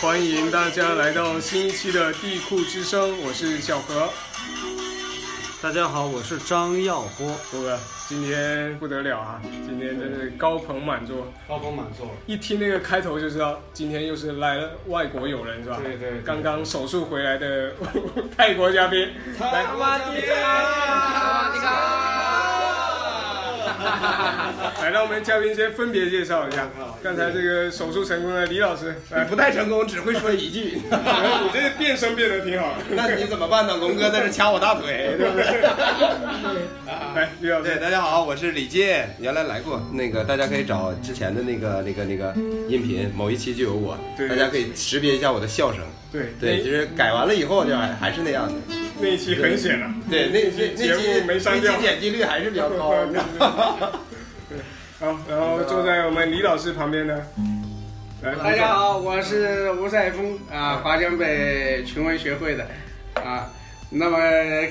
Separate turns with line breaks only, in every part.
欢迎大家来到新一期的地库之声，我是小何。
大家好，我是张耀波，
波哥，今天不得了啊！今天真是高朋满座，
高朋满座了。
一听那个开头就知道，今天又是来了外国友人是吧？
对对对
刚刚手术回来的 泰国嘉宾，来，来，让我们嘉宾先分别介绍一下。刚才这个手术成功的李老师， 来，
不太成功，只会说 一
你
句。
这变声变得挺好。
那你怎么办呢？龙哥在这掐我大腿，对不 对？
来，李老师
对，，大家好，我是李健，原来来过，那个大家可以找之前的那个那个那个音频，某一期就有我，
对哎
大家可以识别一下我的笑声。
对
对，就是改完了以后就还还是那样的。
那那一期很险啊。
对，那那
节
那
目
期
没删掉
那期点击率还是比较高。
好，然后坐在我们李老师旁边呢，来，
大家好，我是吴赛峰啊，华强北群文学会的啊。那么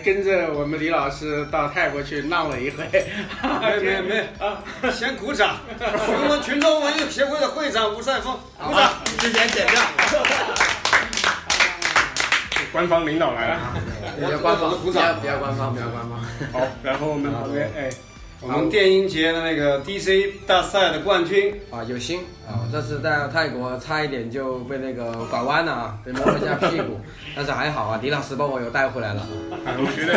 跟着我们李老师到泰国去浪了一回，
没没没
啊，
先鼓掌！我们群众文艺协会的会长吴赛峰，鼓掌！
之前点赞，
官方领导来了啊。
比较官方，比较比较官方，比较官方。
好，然后我们旁边，哎，
我们电音节的那个 DJ 大赛的冠军，
啊，有心啊！我这次在泰国差一点就被那个拐弯了啊，被摸了一下屁股，但是还好啊，李老师帮我有带回来了，
我觉得，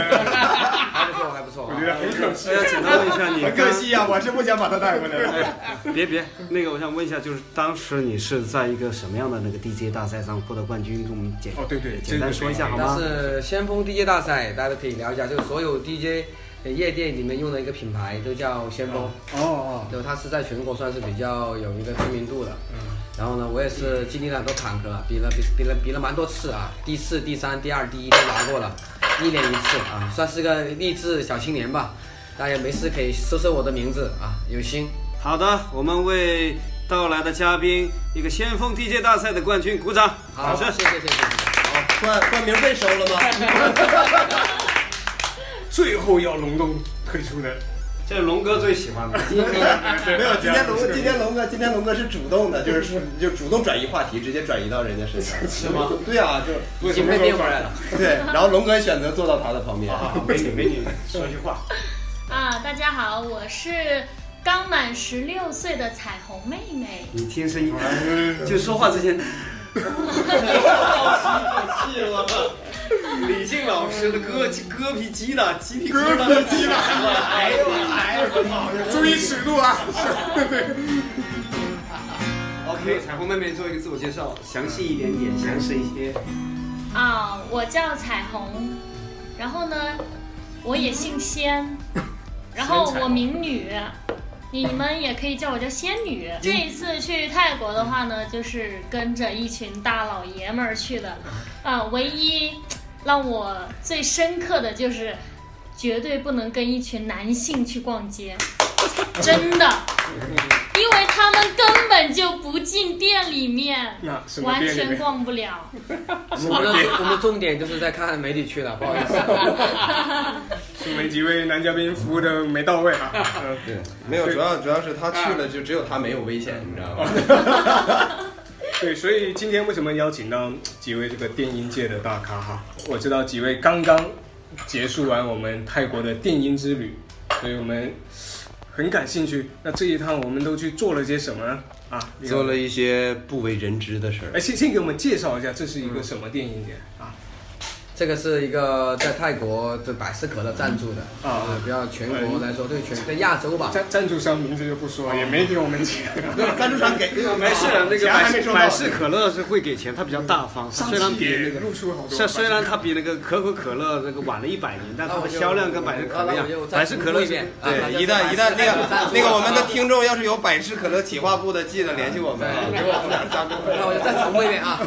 还不错，还不错
我
啊
觉。得很可惜
大。家简单问一下 你，
很可惜呀、我是不想把他带回来了。
刚别别，那个我想问一下，就是当时你是在一个什么样的那个 DJ 大赛上获得冠军？跟我们简
哦，对对，
简单说一下好
但
吗？
是先锋 DJ 大赛，大家可以了解，啊就是所有 DJ 夜店里面用的一个品牌都叫先锋，
这个。哦
对，它是在全国算是比较有一个知名度的。然后呢，我也是经历了很多坎坷啊，比了比比了比了蛮多次啊，第四、第三、第二、第一都拿过了，一年一次啊，算是个励志小青年吧。大家没事可以搜搜我的名字啊，有心。
好的，我们为到来的嘉宾一个先锋 DJ 大赛的冠军鼓掌，
好，
掌
谢
声
谢。谢谢谢谢。
冠冠名费收了吗？
哦，最后要隆重推出的，
这是龙哥最喜欢的。
没有，今天龙今天龙哥今天龙哥是主动的，就是说就主动转移话题，直接转移到人家身上， 是吗？对啊，就
已经被变回来 了。
对。啊然后龙哥选择坐到他的旁边，
美女，美女，说句话。
啊，大家好，我是刚满十六岁的彩虹妹妹。
你听声音，就说话之前， 李静老师的歌歌皮鸡的鸡皮
疙瘩鸡了，
哎呦哎呦
注意尺 度啊！
！OK，彩虹妹妹做一个自我介绍，详细一点点，详实一些。
啊，我叫彩虹，然后呢，我也姓仙，然后我名女，你们也可以叫我叫仙女。这一次去泰国的话呢，就是跟着一群大老爷们儿去的，啊，唯一让我最深刻的就是，绝对不能跟一群男性去逛街，真的，因为他们根本就不进店里面，
那什么
完
店里
全
面？
逛不了。
我们我们重点就是在看媒体区了，不好意思。啊
我们几位男嘉宾服务的没到位啊。 嗯
对，没有，主要主要是啊他去了，就只有他没有危险，你知道吗？
对，所以今天为什么邀请到几位这个电音界的大咖哈？我知道几位刚刚结束完我们泰国的电音之旅，所以我们很感兴趣。那这一趟我们都去做了些什么呢？啊，李老
做。了一些不为人知的事儿
哎，。先先给我们介绍一下这是一个什么电音节啊？
这个是一个在泰国的百事可乐赞助的
啊
呃比较全国来说，对全对亚洲吧，
赞赞助商名字就不
哦
说了，也没给我们钱。
赞助商给
没事，那个
钱还没
百
收到
百事可乐是会给钱，它比较大方， 虽然比那个。
露出好多，
虽虽然它比那个可口可乐那个晚了一百年，但它的销量跟百事可乐一
那我就
样。
再
百事可乐
重复一
是
遍啊
对，一旦一旦那个那个我们的听众要是有百事可乐企划部的，记得联系我们啊，给我们点赞助费。
那我就再重复一遍 啊，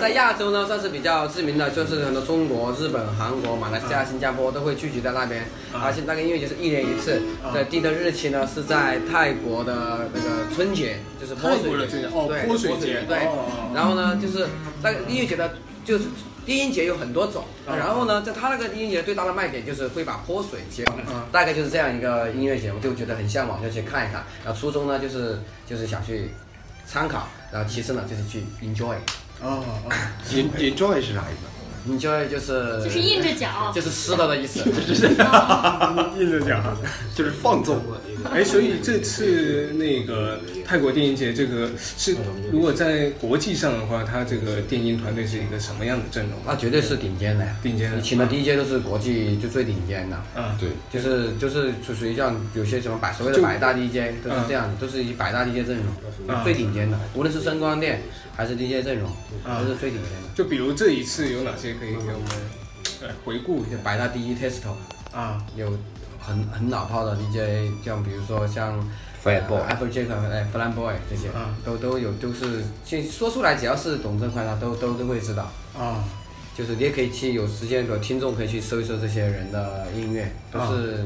在亚洲呢算是比较知名的，就是很多中国、日本、韩国、马来西亚、新加坡都会聚集在那边。而且那个音乐节是一年一次，
啊
在定的日期呢是在泰国的那个春节，就是泼
泰国的春
水
节
节
哦
对
泼
泼
水
水
节
对
哦哦哦。
然后呢，就是那个音乐节的，就是。电音节有很多种，
嗯
然后呢，在他那个音乐节最大的卖点就是会把泼水节目，
嗯
大概就是这样一个音乐节，我就觉得很向往，就去看一看。然后初衷呢，就是就是想去参考，然后其次呢就是去 enjoy。
哦哦，en enjoy 是啥意思？
你就就是
嗯就是硬着脚，
就是湿了的意思。
硬着讲啊。
就是放纵了一个。
哎，所以这次那个泰国电影节，这个是如果在国际上的话，它这个电音团队是一个什么样的阵容？啊
那绝对是顶尖的呀，
顶尖的啊
你请的 DJ 都是国际就最顶尖的，
嗯，
对，
就是就是就属于像有些什么百所谓的
就
百大 DJ 都是这样，都是以百大 DJ 阵
嗯
容最顶尖的，无论是声光电还是 DJ 阵容，
嗯
都是最顶尖的。
就比如这一次有哪些可以给我们呃回顾一
就百大第一 Testo
下啊？
有很很老炮的 DJ，像比如说像
Fat Boy
Apple Jack、哎 Flan Boy 这些
嗯，
都都有都是，其实说出来只要是懂这块的，都都都会知道。
啊，
就是你也可以去有时间，有听众可以去搜一搜这些人的音乐，都是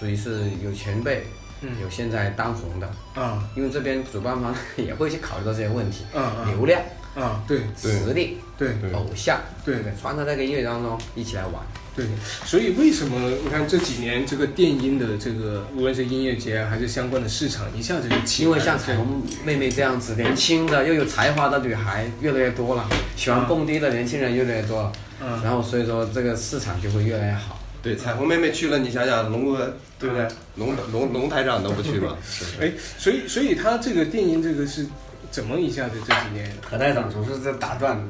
属于是有前辈，
啊嗯
有现在当红的，
啊
因为这边主办方也会去考虑到这些问题，
啊
流量、
啊啊！对
对
实力、
对
对
偶像，
对
不穿插在这个音乐当中一起来玩。
对，所以为什么你看这几年这个电音的这个，无论是音乐节啊，还是相关的市场，一下子就起来
因
了
为像彩虹妹妹这样子年轻的又有才华的女孩越来越多了，喜
啊
欢蹦迪的年轻人越来越多了，
嗯
然后所以说这个市场就会越来越好。
对，彩虹妹妹去了，你想想龙哥，对不对？
嗯
龙龙龙台长都不去吗？
哎，所以所以他这个电音这个是怎么一下子这几年？
何台长总是在打断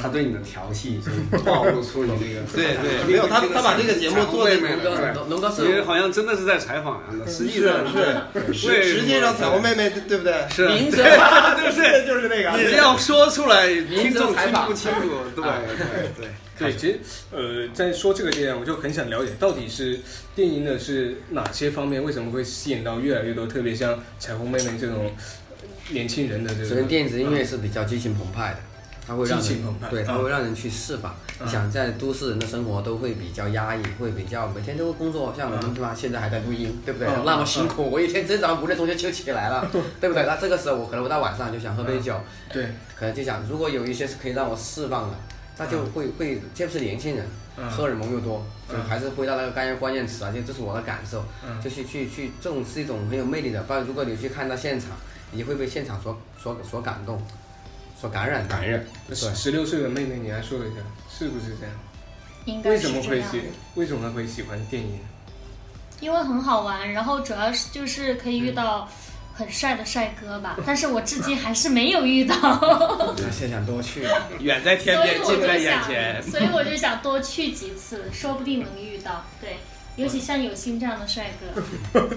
他对你的调戏，就暴露出你那个
对对没有他他把这个节目做得
妹妹
龙哥，龙龙哥
其实
是
好像真的是在采 访啊一样的，实际上
是
为
实
什么
实际上彩虹妹妹对对不对？
是
明
对
着
对对
就是那个
对，你要说出来，听
明着
众
采
听
访
不清楚，对
啊
对对。
对，其实呃，在说这个电影，我就很想了解到底是电音的是哪些方面，为什么会吸引到越来越多，特别像彩虹妹妹这种年轻人的这
首先
种
电子音乐是比较激情澎湃的，它会让
激
人
情澎湃
对，它
嗯
会让人去释放。
嗯
你想在都市人的生活都会比较压抑，会比较每天都会工作，像我
嗯
们对吧，现在还在录音，对不对
嗯？
那么辛苦，我一天真早上五点钟就就起来了，对不对？那这个时候我可能我到晚上就想喝
嗯
杯酒，
对，
可能就想，如果有一些是可以让我释放的，那就会会，特别是年轻人，荷尔蒙又多，就还是回到那个关键关键词啊，就这是我的感受，
嗯
就是去去，这种是一种很有魅力的。不然如果你去看到现场，你会被现场所所所感动，所感染感染。对，
十六岁的妹妹，你来说一下，是不是这样？
应该
为
是
什么
这
会
样。
喜？为什么会喜欢电音？
因为很好玩，然后主要是就是可以遇到很帅的帅哥吧，但是我至今还是没有遇到，
那现场多去，
远在天
所以
边，
我
近在
就
眼前
想，。 所以我就想多去几次，说不定能遇到。对，尤其像有心这样的帅哥，
嗯，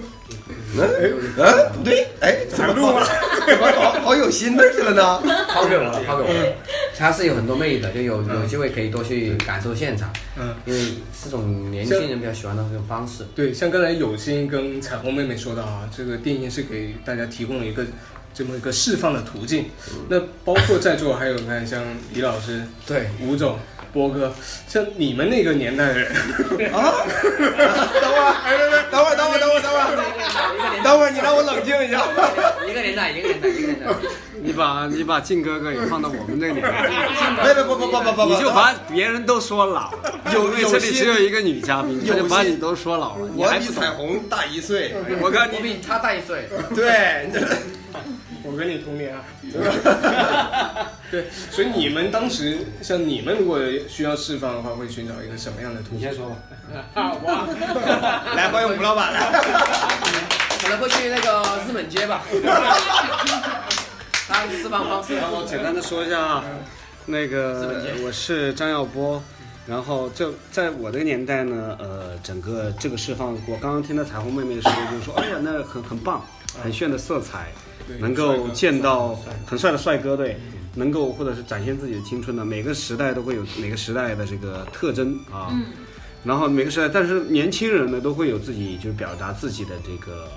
不对，哎，怎么录啊？ 怎么跑跑有心那儿去了呢？
抛给我了，抛给我了。它是有很多魅力的，就有有机会可以多去感受现场，
嗯，
因为是种年轻人比较喜欢的这种方式。
对，像刚才有心跟彩虹妹妹说的啊，这个电音是给大家提供了一个这么一个释放的途径。那包括在座还有你看像李老师、
对，
吴总、波哥，像你们那个年代的人，
啊
等会儿，哎，等会儿，等会儿，等会儿，等会儿，等会儿，你让我冷静一下。
一个年代，一个年代，一个年代。
你把你把靖哥哥也放到我们这 里来，
别别不不不不不，
你就把别人都说老了，
有
因为这里只有一个女嘉宾，他就把你都说老了，你
我
还
比
不懂
彩。虹大一岁，
我看
我
你
比他大一岁。
对，你这
我跟你同年啊。 对，所以你们当时像你们如果需要释放的话，会寻找一个什么样的途径？
说吧。
来欢迎吴老板来。
可能会去那个日本街吧。 他释放方式，
我简单的说一下啊，那个我是张耀波，然后就在我这个年代呢，呃，整个这个释放，我刚刚听到彩虹妹妹说，就是说，哎呀，那很很棒，很炫的色彩，
对
能够见到很帅的帅哥，对，能够或者是展现自己的青春的，每个时代都会有每个时代的这个特征啊，
嗯，
然后每个时代，但是年轻人呢，都会有自己就是表达自己的这个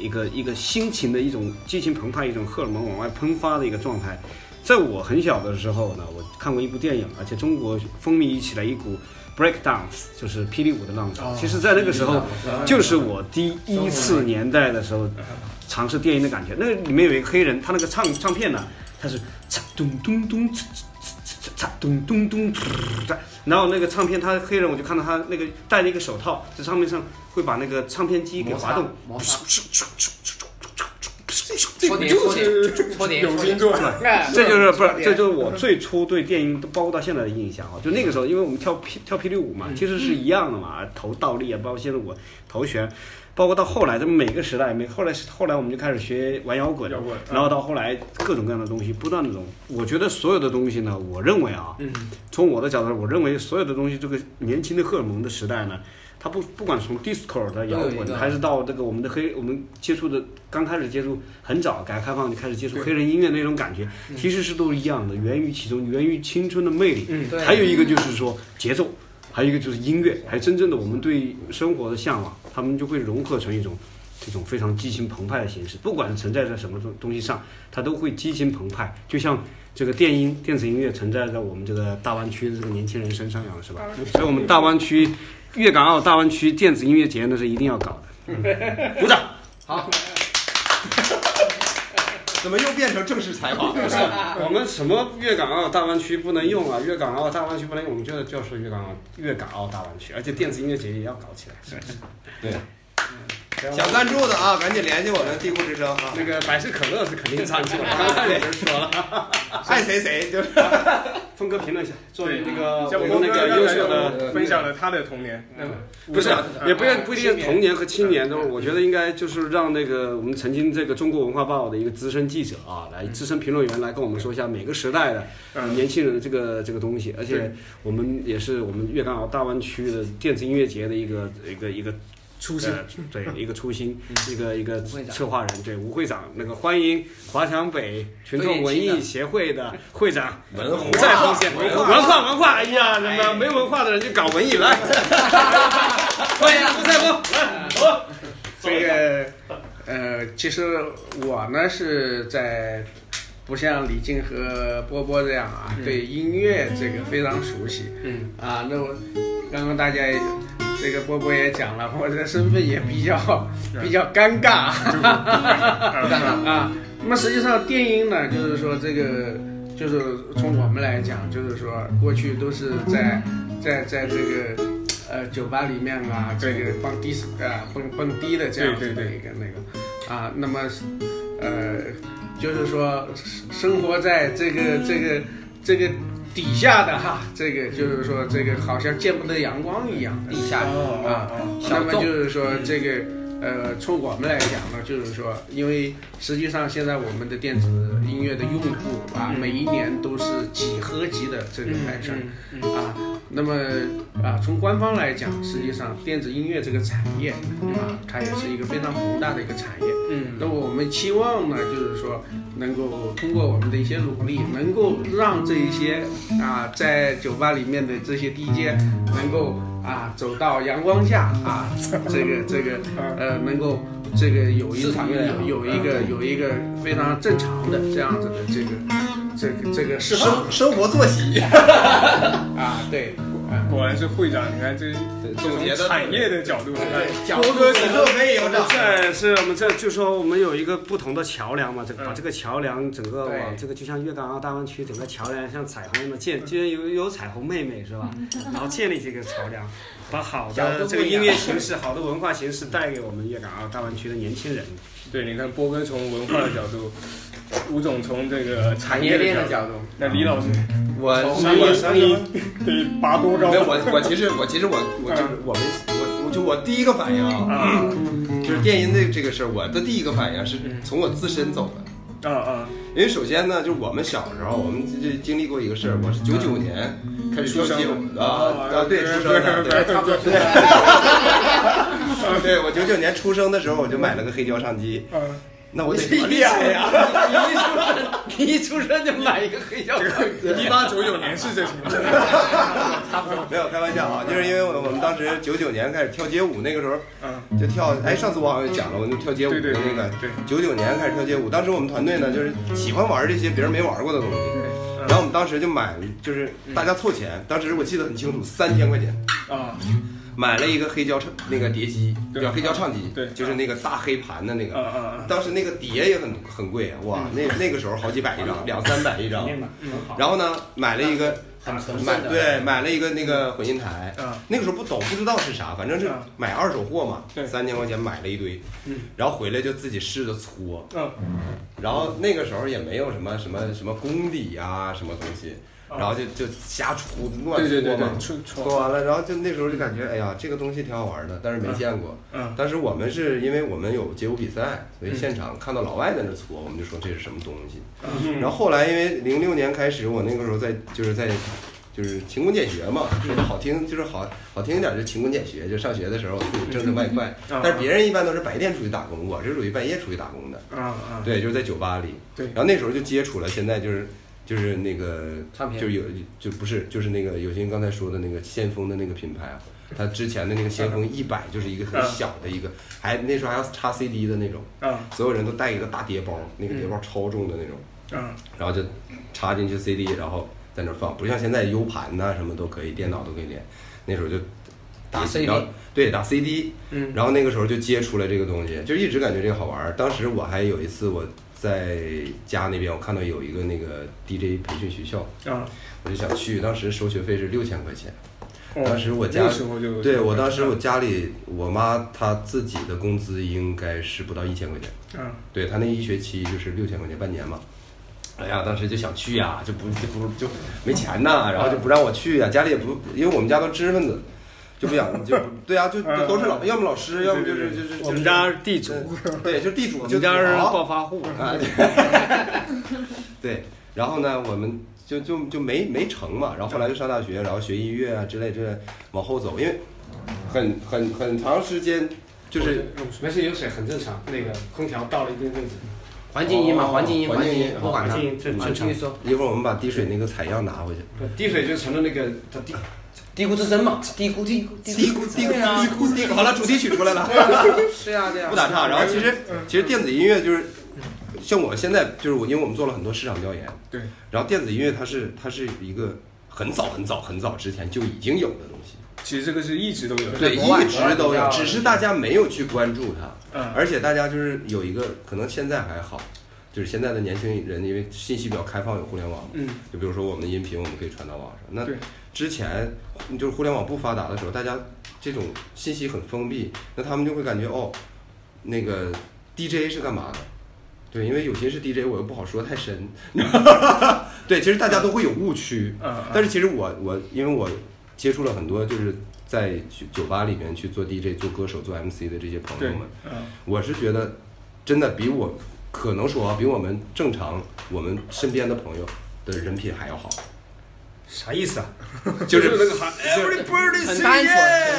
一个一个心情的一种激情澎湃，一种荷尔蒙往外喷发的一个状态。在我很小的时候呢，我看过一部电影，而且中国风靡起来一股 break dance，就是霹雳舞的浪潮。其实，在那个时候，就是我第一次年代的时候尝试电音的感觉。那个里面有一个黑人，他那个唱唱片呢，他是嚓咚咚咚嚓嚓嚓咚咚咚突突嚓，然后那个唱片他黑人，我就看到他那个戴着一个手套，在唱片上会把那个唱片机给滑动，
摩擦，搓碟搓碟搓碟，
有啊兵做
哎
这就是不是
点
这就是我最初对电音包括到现在的印象啊，就那个时候，因为我们跳 P 跳霹雳舞嘛，其实是一样的嘛，头倒立啊，包括现在我头旋，包括到后来，这每个时代，每后来后来我们就开始学玩摇滚，
摇滚
然后到后来各种各样的东西不断的融。我觉得所有的东西呢，我认为啊，
嗯
从我的角度上，我认为所有的东西，这个年轻的荷尔蒙的时代呢，它不不管从 disco 的摇
都有一
滚，
个
还是到这个我们的黑，我们接触的刚开始接触很早，改革开放就开始接触黑人音乐那种感觉，其实是都一样的，源于其中，源于青春的魅力。
嗯
对
还有一个就是说节奏，还有一个就是音乐，还有真正的我们对生活的向往，他们就会融合成一种这种非常激情澎湃的形式。不管是存在在什么东东西上，它都会激情澎湃，就像这个电音、电子音乐存在在我们这个大湾区的这个年轻人身上一样，是吧？所以，我们大湾区、粤港澳大湾区电子音乐节那是一定要搞的。
鼓掌。
好，
怎么又变成正式采访了？
我们什么粤港澳大湾区不能用啊？粤港澳大湾区不能用，我们就就要说粤港澳粤港澳啊大湾区，而且电子音乐节也要搞起来，是不是？
对
嗯，
想赞助的啊，赶紧联系我们地库之声啊！
那个百事可乐是肯定上去了，刚才 也是 说了。
爱谁谁就是。
峰哥评论一下，作为那个
像
嗯我们那个优秀的，
分享了他的童年，那么
不是也不要不一定是童年和青年的，我觉得应该就是让那个我们曾经这个中国文化报的一个资深记者啊，来资深评论员来跟我们说一下每个时代的
嗯
年轻人的这个这个东西，而且
对
我们也是我们粤港澳大湾区的电子音乐节的一个一个一个初心，对一个初心，一个一个
会长
策划人，对吴会长那个欢迎华强北群众文
对年轻
艺
的
协会的会长
文化
吴在峰先
文
文
化
化文化，哎呀，那么没文化的人就搞文艺来，欢迎吴在峰，
这个，呃，其实我呢是在，不像李静和波波这样啊，对音乐这个非常熟悉。
嗯
啊，那我刚刚大家也这个波波也讲了，我的身份也比较比较尴尬。
不干了，
啊。那么实际上电音呢，就是说这个，就是从我们来讲，就是说过去都是在在在这个呃酒吧里面啊，这个蹦迪啊蹦蹦迪的这样子
对
的
对对
一个那个啊，那么呃就是说生活在这个
嗯
这个这个底下的哈，这个就是说这个好像见不得阳光一样的。
地下
啊
哦哦
那
嗯小
么
众嗯
就是说这个呃，从我们来讲呢，就是说，因为实际上现在我们的电子音乐的用户
嗯
啊，每一年都是几何级的这个
嗯
攀升、
嗯
啊。那么啊，从官方来讲，实际上电子音乐这个产业
嗯
啊，它也是一个非常宏大的一个产业。
嗯，
那么我们期望呢，就是说能够通过我们的一些努力，能够让这一些啊在酒吧里面的这些 DJ 能够啊走到阳光下啊，这个这个呃能够这个有一
市场越来越好
有有一个有一个非常正常的这样子的这个这个这个释放
生生活作息，
啊，对，
哎果然是会长，你看这是
总结
从
的
产业的角度，你看
郭哥此刻非有掌。
这是我们这就说我们有一个不同的桥梁嘛，这
嗯
个把这个桥梁整个
对
往这个就像粤港澳大湾区整个桥梁像彩虹一样的建，居然有有彩虹妹妹是吧？然后建立这个桥梁，把好
角
的
度
这
不
个
一
音
样
乐形式、好的文化形式带给我们粤港澳大湾区的年轻人。
对，你看波哥从文化的角度，吴总从这个产
产
业
业
的
链
角
的
度，
角度，
那李老师，
我
你你得拔多高
嗯没？有我我其实我其实我我就是我们我我就我第一个反应啊，
啊
就是电音的这个事儿，我的第一个反应是
嗯
从我自身走的。
啊啊！
因为首先呢，就是我们小时候，我们这这经历过一个事儿，我是九
嗯
九年开始跳街舞的
哦
啊，啊对，出生的，对，
差不多。
对我九九年出生的时候，我就买了个黑胶唱机，
嗯，
那我得多厉害呀！
你一出生就买一个黑胶盘，
一八九九年是这情况。
没有开玩笑啊，就是因为我我们当时九九年开始跳街舞，那个时候
嗯，
就跳，哎，上次我好像讲了，我就跳街舞的
对对对
那个，
对，
九九年开始跳街舞，当时我们团队呢就是喜欢玩这些别人没玩过的东西，
啊
然后我们当时就买，就是大家凑钱，当时我记得很清楚，三千块钱
啊
买了一个黑胶唱那个碟机，
对
叫黑胶唱机，
对
就是那个大黑盘的那
啊
个，
啊
当时那个碟也很
嗯
很贵啊，哇，那那个时候好几百一张，两三百一张，
嗯
天哪，很好。
然后呢买了一个
很纯
买
正的，
对买了一个那个混音台，
啊
那个时候不懂不知道是啥，反正是
啊
买二手货嘛，
对
三千块钱买了一堆，然后回来就自己试着搓，
嗯，
然后那个时候也没有什么什么什么功底呀、什么东西，然后就就瞎出乱
对对
搓
对
嘛
对，，出出，
搓完了，然后就那时候就感觉哎呀这个东西挺好玩的，但是没见过。
嗯
当时我们是因为我们有街舞比赛，所以现场看到老外在那搓，我们就说这是什么东西。
嗯
然后后来因为零六年开始，我那个时候在就是在就是勤工俭学嘛，
嗯
说的好听就是好好听一点就勤工俭学，就上学的时候自己挣挣外快。
嗯
但是别人一般都是白天出去打工，我是属于半夜出去打工的。
啊啊，
对，就是在酒吧里。
对
然后那时候就接触了，现在就是就是那个
唱片
就有就不是就是那个有些人刚才说的那个先锋的那个品牌啊，它之前的那个先锋一百就是一个很
嗯
小的一个，还那时候还要插 CD 的那种，
嗯
所有人都带一个大碟包，那个碟包超重的那种，
嗯
然后就插进去 CD，然后在那儿放，不像现在 U 盘呐、什么都可以，电脑都可以连，那时候就。
打
碟
CD
然后对，打 CD，
嗯
然后那个时候就接触了这个东西，就一直感觉这个好玩儿。当时我还有一次我在家那边，我看到有一个那个 DJ 培训学校，
嗯，
我就想去。当时收学费是六千块钱，
哦
当时我家
那时候就
对我当时我家里我妈她自己的工资应该是不到一千块钱，
嗯
对她那一学期就是六千块钱半年嘛。哎呀，当时就想去呀、就不就不就没钱
啊
呐、然后就不让我去呀、家里也不因为我们家都知识分子，就不想 就不对呀、就就都是
嗯
老要么老师，要么就是就是就是
我们家地主，
嗯
对，就地主
我
就
们家是
好
暴发户，
啊， 对，然后呢，我们就就就没没成嘛，然后后来就上大学，然后学音乐啊之类之类，往后走，因为很很很长时间就是
没事有水很正常，那个空调到了一定位置，
环境音嘛，
哦
环境音，
环
环
境
境
音
音，不管它，
环境
你
音这
继
正常
续说，
一会儿我们把滴水那个采样拿回去，
滴水就成了那个它滴
低谷之声嘛，低谷低谷低
嘀
谷
咕嘀咕嘀咕嘀咕，好了，主题曲出来了。
对啊对啊，嗯
不打岔。然后其实其实电子音乐就是像我现在就是我，因为我们做了很多市场调研，
对。
然后电子音乐它是它是一个很早很早很早之前就已经有的东西，
其实这个是一直都有的，
对，
国外
一直都
国外比
有，
较
只是大家没有去关注它，
嗯
而且大家就是有一个可能现在还好。就是现在的年轻人，因为信息比较开放，有互联网嘛，
嗯，
就比如说我们的音频，我们可以传到网上。那
对
之前就是互联网不发达的时候，大家这种信息很封闭，那他们就会感觉哦，那个 DJ 是干嘛的？对，因为有些是 DJ，我又不好说太深。 对，其实大家都会有误区，
嗯
但是其实我我因为我接触了很多就是在酒酒吧里面去做 DJ、做歌手、做 MC 的这些朋
对
友们，，
嗯
我是觉得真的比我可能说啊，比我们正常我们身边的朋友的人品还要好，
啥意思啊？
就是
那个喊
everybody
很
say
单纯很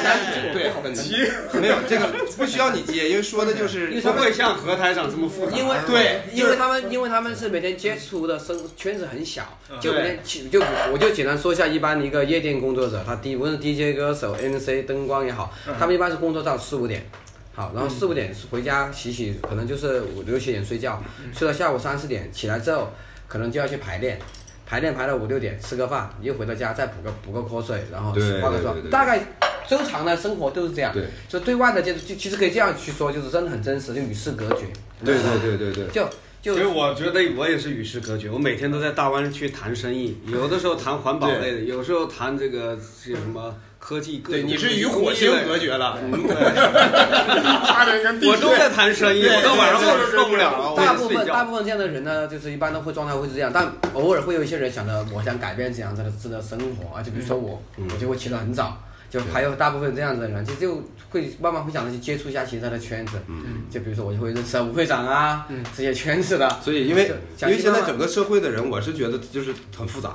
yeah。
单纯。
对，很急， 没有这个不需要你接，因为说的就是
因为他们
像何台长这么复
因为
对
因为他们因为他们是每天接触的生圈子很小，就每天起就我就简单说一下，一般一个夜店工作者，他第无论是 DJ 歌手、MC 灯光也好，他们一般是工作到四五点。好，然后四五点回家洗洗，可能就是五六七点睡觉，睡到下午三四点起来之后，可能就要去排练，排练排到五六点，吃个饭，又回到家再补个补个瞌睡，然后
对
化个妆
对对对，
大概周长的生活都是这样
对。
就对外的接触，就其实可以这样去说，就是真的很真实，就与世隔绝。
对对对对对，
就就
所以我觉得我也是与世隔绝，我每天都在大湾区谈生意，有的时候谈环保类的，有时候谈这个这什么科技各种。
对，你是与火星隔绝了，
我都在谈生意，我到晚上我受不了了，我
大
就
部
睡
分大
觉。
部分这样的人呢，就是一般都会状态会是这样，但偶尔会有一些人想着我想改变这样子的自己的生活啊，就比如说我，我就会起得很早。就还有大部分这样子的人，其实就会慢慢会想着去接触一下其他的圈子，嗯，就比如说我就会认识吴会长啊，嗯，这些圈子的，
所以，因为因
讲
为
一
现在
段
整个社会的人，我是觉得就是很复杂，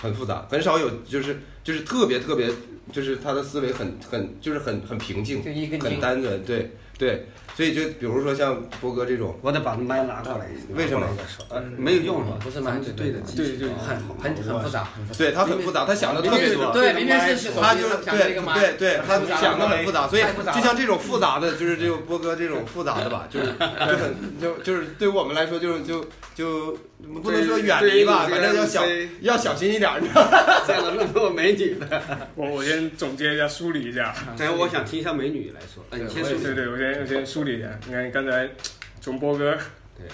很复杂，很少有就是就是特别特别，就是他的思维很很就是很很平静
就一根，筋
很单纯，对对。所以就比如说像波哥这种，
我得把麦拿过来，
为什么
拿过来说？呃
嗯
没有用是吧？
不是蛮
咱们对的，
对对
很哦很很复杂，很复杂。
对他很复杂，他想的特别多。
对，明明是手机
他就是
想着一
对
个嘛，
对对，他想的很复杂，所以
太复杂了
就像这种复杂的，就是这种波哥这种复杂的吧，就是就很就就是对我们来说就是就就不能说远离吧，
对
反正要小
对
要小心一点，你知道吗
见了那么多美女的，
我我先总结一下，梳理一下。
嗯
等我想听一下美女来说，哎，你先
对
说。
对，我先我先梳理一下。你看刚才从波哥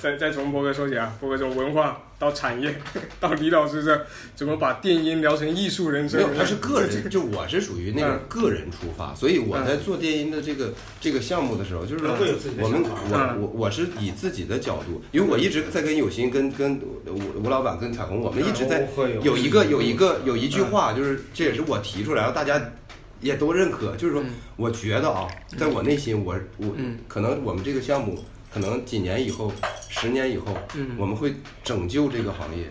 再再从波哥说起啊，波哥从文化到产业 到李老师这，怎么把电音聊成艺术人生？
没有，他是个人，就我是属于那种个人出发，所以我在做电音的这个这个项目的时候，就是说
会有自己的
我们
想法
我我我是以自己的角度，因为我一直在跟有心、跟跟吴吴老板、跟彩虹，我们一直在
会有
有一个有一个有一句话，就是这也是我提出来，然后大家也都认可，就是说，我觉得啊，在我内心，我我可能我们这个项目，可能几年以后、十年以后，我们会拯救这个行业。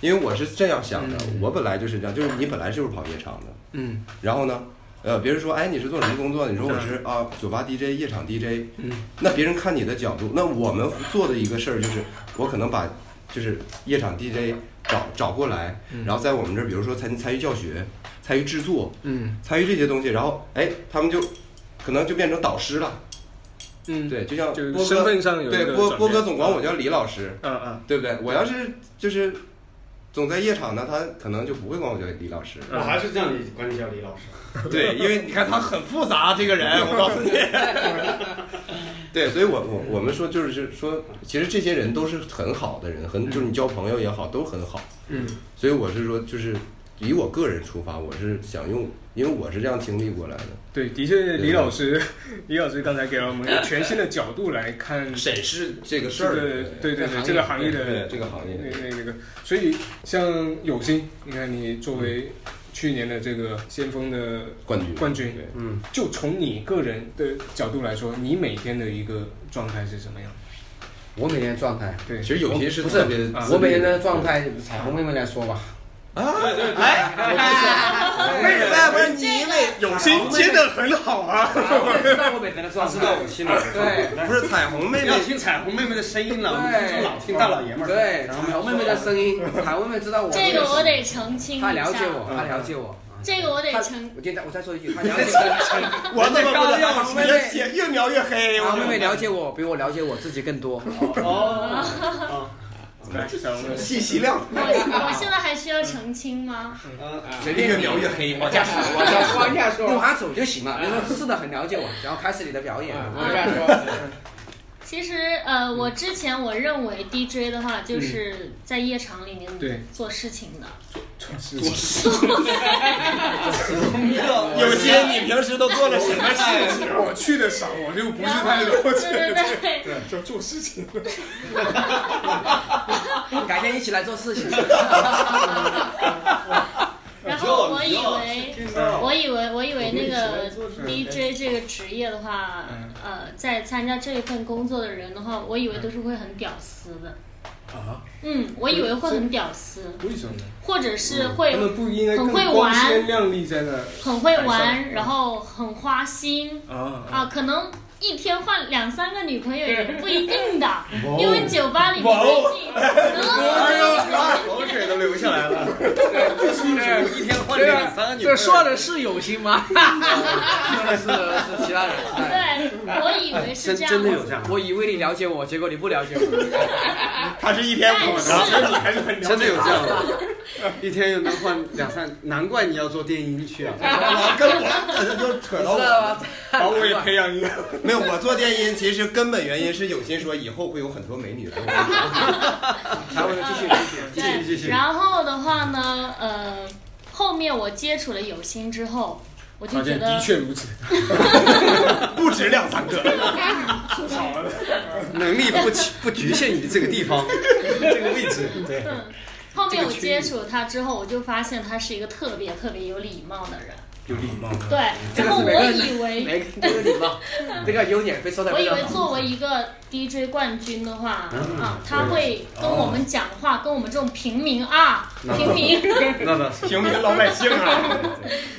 因为我是这样想的，我本来就是这样，就是你本来就是跑夜场的，
嗯
然后呢，呃，别人说，哎，你是做什么工作？你说我是啊，酒吧 DJ、夜场 DJ。嗯，那别人看你的角度，那我们做的一个事儿就是，我可能把就是夜场 DJ 找找过来，然后在我们这儿，比如说参参与教学、参与制作、
嗯
参与这些东西，然后哎，他们就可能就变成导师了。
嗯，
对，就像
就是
波
身
哥，
份上有一个
对波
转变
波哥总管我叫李老师，
嗯嗯
对不对？我要是就是总在夜场呢，他可能就不会管我叫李老师。
我还是这样理管你叫李老师。
对，因为你看他很复杂，这个 人，我告诉你。对，所以我我我们说就是是说，其实这些人都是很好的人，很就是你交朋友也好，都很好。
嗯，
所以我是说，就是以我个人出发，我是想用，因为我是这样经历过来的，
对，的确，李老师，李老师刚才给了我们一个全新的角度来看
审视这个事
这
儿，
个，对对对，这个行业的
对这个行业，
那那那个，所以像有心，你看你作为去年的这个先锋的
冠军
冠军
对，
嗯，就从你个人的角度来说，你每天的一个状态是什么样？
我每天状态，
对，
其实有些是
不
特
是
别自律，
我每天的状态，彩虹妹妹来说吧。
啊哎
为什么不是你每
啊
有心接的很好啊，
我知道我每天的状态，知道我心里。对
不是彩虹
哎
妹妹
要听彩虹妹妹的声音了，我们就老听大老爷们儿。
对，
然
彩
后
虹妹妹的声音，彩虹妹妹知道我。
这个我得澄清一下
她，了解我，她了解我。
这个我得
她
澄，
我今天我再说 一句，她了解我。
我怎么不
要
能越写越描越黑？
彩虹妹妹
我
了解我，比我了解我自己更多。
来，小龙哥
信息量
我我现在还需要澄清吗？
随便越描越黑，往下说。
我
我往下
路
说，
他走就行了。你说是的，很了解我，然后开始你的表演。
往下说，
其实呃，我之前我认为 DJ 的话就是在夜场里面
对
做事情的，
有些你平时都做了什么事情？
我去的少，我就不是
然
太
后
了
对
解，
对对，
就做事情。
改天一起来做事 情。
然后我以为，
嗯
我以为，我以为那个 DJ 这个职业的话，
嗯
呃，在参加这一份工作的人的话，我以为都是会很屌丝的。
啊？
嗯，我以为会很屌丝，
为什么呢？
或者是
嗯
会
他们不应该
很
更
会
光鲜
玩
亮丽在那
很会
还
玩，然后很花心
嗯
啊啊
啊，可能一天换两三个女朋友也不一定的，因为酒吧里面
哦哇哦 哎
毕竟嗯
口水都流下来了。
一天换
对啊，这说的是有心吗？
是是其他人。其他人
对，我以为是
真
这样
真的有
子
这。样，
我以为你了解我，结果你不了解 我。
他是一天五十，
还是很了
真的有这样的，一天又能换两三，难怪你要做电音去啊！
跟我就扯到
知道吗？
把我也培养一个。
没有，我做电音其实根本原因是有心说以后会有很多美女来我
然后我就继续继续继续。
对，然后的话呢，呃，后面我接触了有心之后，我就
发
觉
现
得
的确如此，
这儿，不止两三个。
能力不起不局限于这个地方，这个位置。对，
后面我接触他之后，我就发现他是一个特别特别有礼貌的人。
有礼貌。
对，
这
然
个
后
是
我
每个人
以为，
每个都有礼貌，这个优点被说的
我
非
以
常
为
好。
作为一个 DJ 冠军的话，
嗯
啊，他会跟我们讲话，跟我们这种平民啊，
哦
平 民，
那倒是。
平民老百姓啊，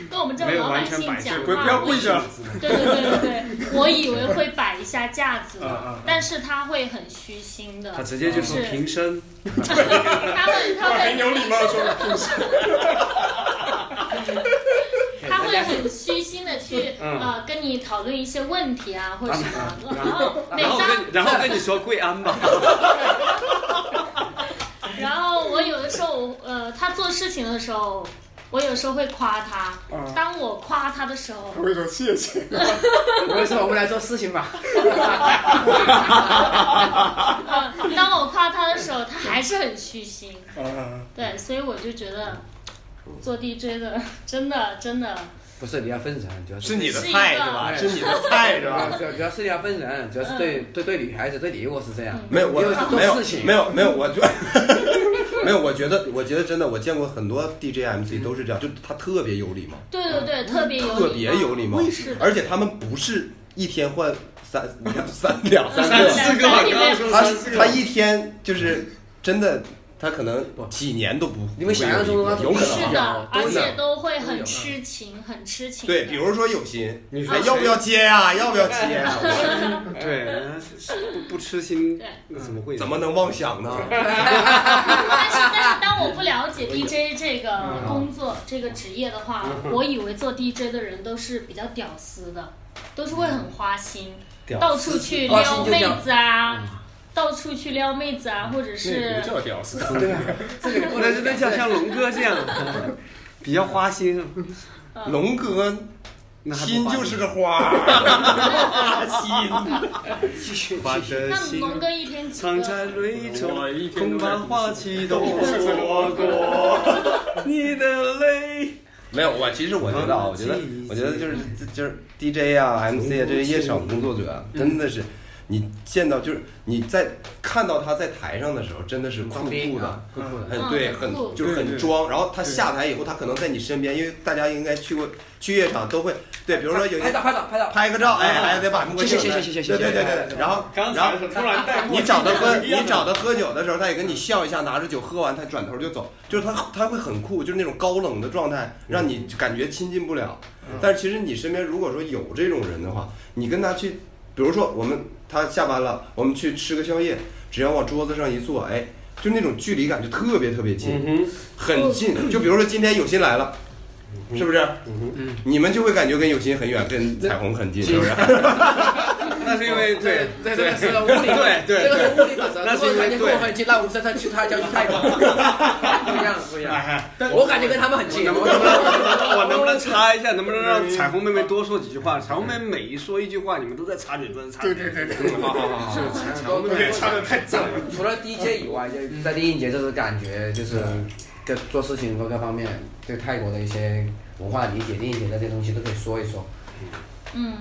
跟我们这种
没有
老百
完全
姓
摆正
讲
不
话，
不要跪着，
对对对对 对，我以为会摆一下架子
啊啊
的
啊，
但是他会很虚心的
他，直接就说
是
平身，
他会他会
很有礼貌说的。
他会很虚心的去呃跟你讨论一些问题啊或者什么，然后每
然后
当
跟然后跟你说跪安吧，
然后我有的时候我呃他做事情的时候，我有时候会夸他。当我夸他的时候，
我会说谢谢。
我说我们来做事情吧。
嗯，当我夸他的时候，他还是很虚心。
啊，
对，所以我就觉得做 DJ 的真的真的
不是你要分人，主要
是
是
你的菜是吧？
是
是
一个
你的菜是
主
吧？
要主要是要分人，主要是
嗯
对对对女孩子对你我是这样，
没有我
因为是做
没有
事情
没有没有我就 没有我觉得我觉得真的我见过很多 DJ MC 都是这样，就他特别有礼貌，
对对对，嗯特别有
嗯特别有礼貌，而且他们不是一天换三两三两三个，
三四个刚刚说
他他一天就是真的，他可能几年都不
你们想象中的话
有可能
是
啊
的，而
真
且
的
都会很痴情，很痴情的。
对，比如说有心，
你说
哎，要不要接啊？要不要接 啊？
对，不不痴心
对，
那怎么会？
怎么能妄想呢？
但是但是当我不了解 DJ 这个
嗯
工作、这个职业的话，我以为做 DJ 的人都是比较屌丝的，都是会很花心，
嗯
到处去
花心
撩
就
妹
叫
子啊，到处去撩妹子啊，或者
那
是
不叫屌丝，
嗯
那就那叫像龙哥这样，比较花心，啊
龙哥，
那还不
心
花
就是
心
个花儿，
花的
那
心。啊
龙哥一天几
藏在
个？
蕊中
我一，天
恐
都在
怕
哭泣
花期都错过 你的泪。
没有，我其实我觉得啊，我觉得我觉得就是就是 DJ 啊、MC 啊这些夜场工作者啊，真的是你见到就是你在看到他在台上的时候，真的是酷酷的，
酷酷的。
很对，
嗯
很
酷
就是很装。然后他下台以后，他可能在你身边，因为大家应该去过去夜场都会对，比如说有
拍
些
照拍照拍照，
拍个照，哎，还得把目镜
谢谢谢谢谢谢
对对对对对，然后然后
突然带
你找他喝，你找他喝酒的时候，他也跟你笑一下，拿着酒喝完，他转头就走，就是他他会很酷，就是那种高冷的状态，让你感觉亲近不了。但是其实你身边如果说有这种人的话，你跟他去，比如说我们他下班了，我们去吃个宵夜，只要往桌子上一坐，哎，就那种距离感就特别特别近，很近。就比如说今天有心来了。是不是？你们就会感觉跟有心很远，跟彩虹很近，是不是？
那是因为对
这这个是物理，对对，这个是物理法则。如果感觉跟我很近，那我们再再去他家去泰 国，不一样不一 样。我感觉跟他们很近，
我能不能插一下？能不能让彩虹妹妹多说几句话？彩虹妹妹每一说一句话，你们都在插嘴，都在插嘴。嗯对对对对，好好好。
有点插的太早了。
除了 DJ 以外，就是在电影节就是感觉就是各做事情各各方面对泰国的一些文化理解，电影节的这些东西都可以说一说。
嗯，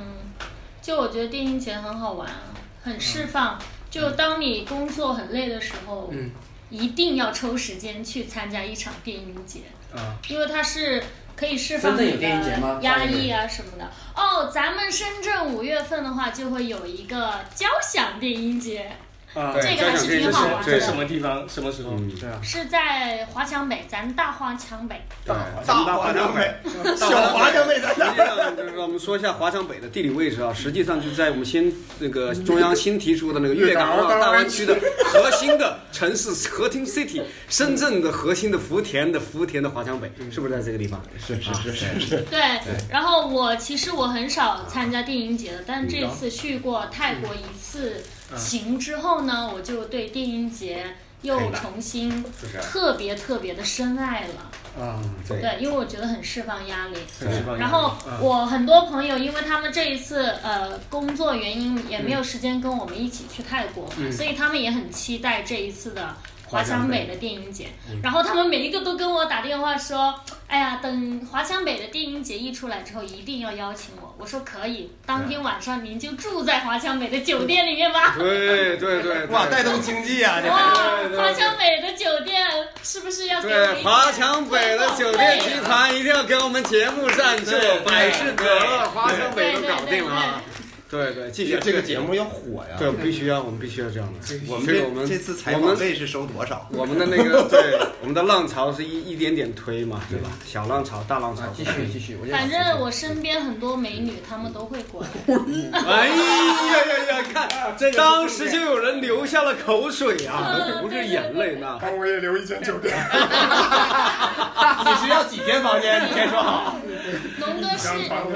就我觉得电音节很好玩，啊很
嗯
释放。就当你工作很累的时候，
嗯，
一定要抽时间去参加一场电音节。
啊，
因为它是可以释放
深圳
你
有电影节吗
的压抑啊什么的。哦，咱们深圳五月份的话就会有一个交响电音节，
啊
这个还是挺好玩
这是什
的。
么地方？什么时候？
对啊，
是在华强北，咱大华强北。
大
华
华
强
强
北
北， 小华强北在
实际上就是我们说一下华强北的地理位置啊，实际上就在我们新那个中央新提出的那个粤港澳大湾区的核心的城市河滨 city，深圳的核心的福田的福田的华强北，是嗯不是在这个地方？
是是是是。
对，然后我其实我很少参加电音节的，但这次去过泰国一次
嗯
行之后呢，我就对电音节又重新特别特别的深爱了。
啊，对，
对，因为我觉得很释放压力。
很释放压力
然后我很多朋友，因为他们这一次呃工作原因，也没有时间跟我们一起去泰国，所以他们也很期待这一次的华强北的电影节。然后他们每一个都跟我打电话说：“哎呀，等华强北的电影节一出来之后，一定要邀请我。”我说：“可以，当天晚上您就住在华强北的酒店里面吧。”
对对对，
哇，带动经济啊！这
哇
还，
华强北的酒店是不是要给我一
对，
点
华强北的酒店集团一定要给我们节目赞助，百事可乐，华强北都搞定了啊！对对，继续
这个节目要火呀！
对，必须要，我们必须要这样的。
我们
所以
这
我们
这次采
我
访
们
费是收多少？
我们的那个对，我们的浪潮是一一点点推嘛，对吧？小浪潮、大浪潮。
啊继续继续，我就嗯
反正我身边很多美女，她们都会过 来。
哎呀呀呀！看，当时就有人流下了口水啊，不是眼泪呢。
帮我也留一间酒店。
你是要几间房间？你先说好。
龙哥是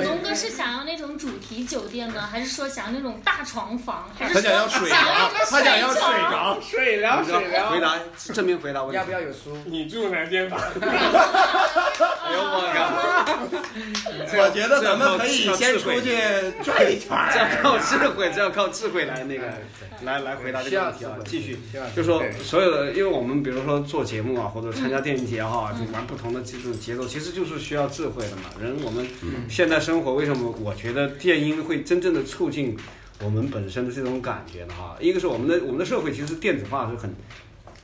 龙哥是想要那种主题酒店呢，还还是说想要那种大床
嗯
房，还 是
他想
说想
要水房
要一个，
他想要水
床？
房，
水疗水疗，
回答正面回答问题。
要不要有书？
你住哪间房？
哎呦我
我觉得咱们可以先出去转一圈儿。
这要靠智慧，这要靠智慧来那个来来回答这
需
个
要
问题啊
智！慧
继续
需要智，慧
就说
对
所有的，因为我们比如说做节目啊，或者参加电影节哈，就玩不同的这种节奏，其实就是需要智慧的嘛。人我们现代生活为什么我觉得电音会真正的促进我们本身的这种感觉呢？哈，一个是我们的我们的社会其实电子化是很。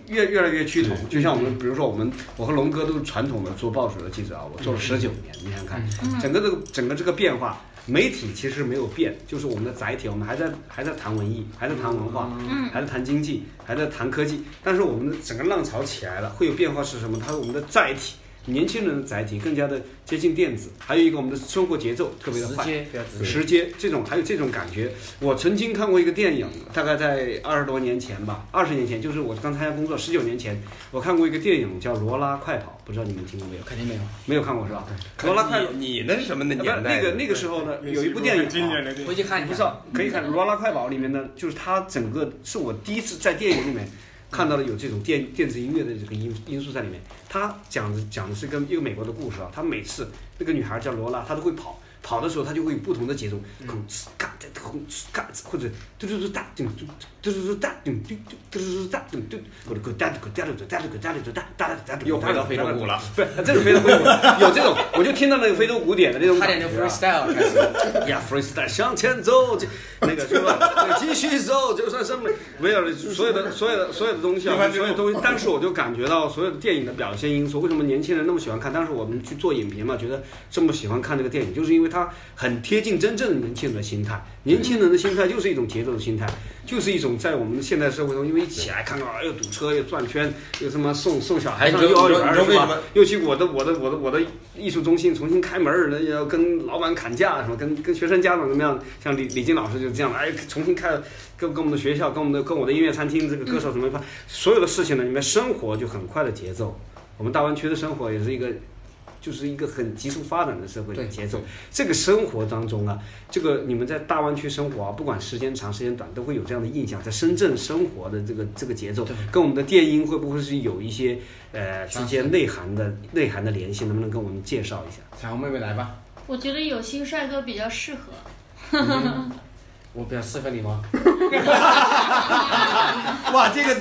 越越来越趋同，就像我们，比如说我们，我和龙哥都是传统的做报纸的记者啊，我做了十九年，你想想看，整个这个整个这个变化，媒体其实没有变，就是我们的载体，我们还在还在谈文艺，还在谈文化，
嗯
还在谈经济，还在谈科技，但是我们的整个浪潮起来了，会有变化是什么？它是我们的载体，年轻人的载体更加的接近电子，还有一个我们的生活节奏特别的
直
快，
接比较直接。
时间这种还有这种感觉。我曾经看过一个电影，大概在二十多年前吧，二十年前，就是我刚参加工作十九年前，我看过一个电影叫《罗拉快跑》，不知道你们听过没有？
肯定没有，
没有看过是吧？罗拉快跑，
你你那是什么的
不
年
是
代？
那个那个时候呢，有一部电影、啊，
经典的电
我已
影，
经看一
不
下
知道可以看《罗拉快跑》里面呢，就是它整个是我第一次在电影里面看到了有这种电电子音乐的这个因因素在里面。它讲的讲的是跟一个美国的故事啊，她每次那个女孩叫罗拉，她都会跑。跑的时候，她就会有不同的节奏，
嗯
空哧嘎哒，空哧嘎哒，或者嘟嘟嘟哒，咚嘟嘟嘟嘟哒，咚嘟嘟嘟嘟嘟哒，咚嘟，咕噜咕哒咕哒噜哒咕哒噜哒哒哒哒哒，
又回到非洲鼓了，
不是，这是非洲鼓，有这种，我就听到那个非洲鼓点的那种
差
感
点就
觉啊。
freestyle 开始。
呀，freestyle 向前走，就那个是吧？那个 继续走，就算什么没有了，所有的所有的所有的东西啊，所有的东西。但是我就感觉到所有的电影的表现因素，为什么年轻人那么喜欢看？当时我们去做影评嘛，觉得这么喜欢看这个电影，就是因为它很贴近真正的年轻人的心态。年轻人的心态就是一种节奏的心态，就是一种在我们现代社会中，因为一起来看看啊，又堵车又转圈，又什么送送小孩
哎
上
你知
幼
道
儿
你知道
园
为
是
什
吧
么？
又去我的我的我的我的艺术中心重新开门儿，那要跟老板砍价什么，跟跟学生家长怎么样？像李李金老师就这样，哎，重新开了，跟跟我们的学校，跟我们的跟我的音乐餐厅，这个歌手怎么办？所有的事情呢，你们生活就很快的节奏。我们大湾区的生活也是一个，就是一个很急速发展的社会的
对
节奏。这个生活当中啊，这个你们在大湾区生活啊，不管时间长时间短，都会有这样的印象。在深圳生活的这个这个节奏，跟我们的电音会不会是有一些呃之
相似
间内涵的内涵的联系？能不能跟我们介绍一下？
彩虹妹妹来吧，
我觉得有新帅哥比较适合。
我比较适合你吗？
哇，这个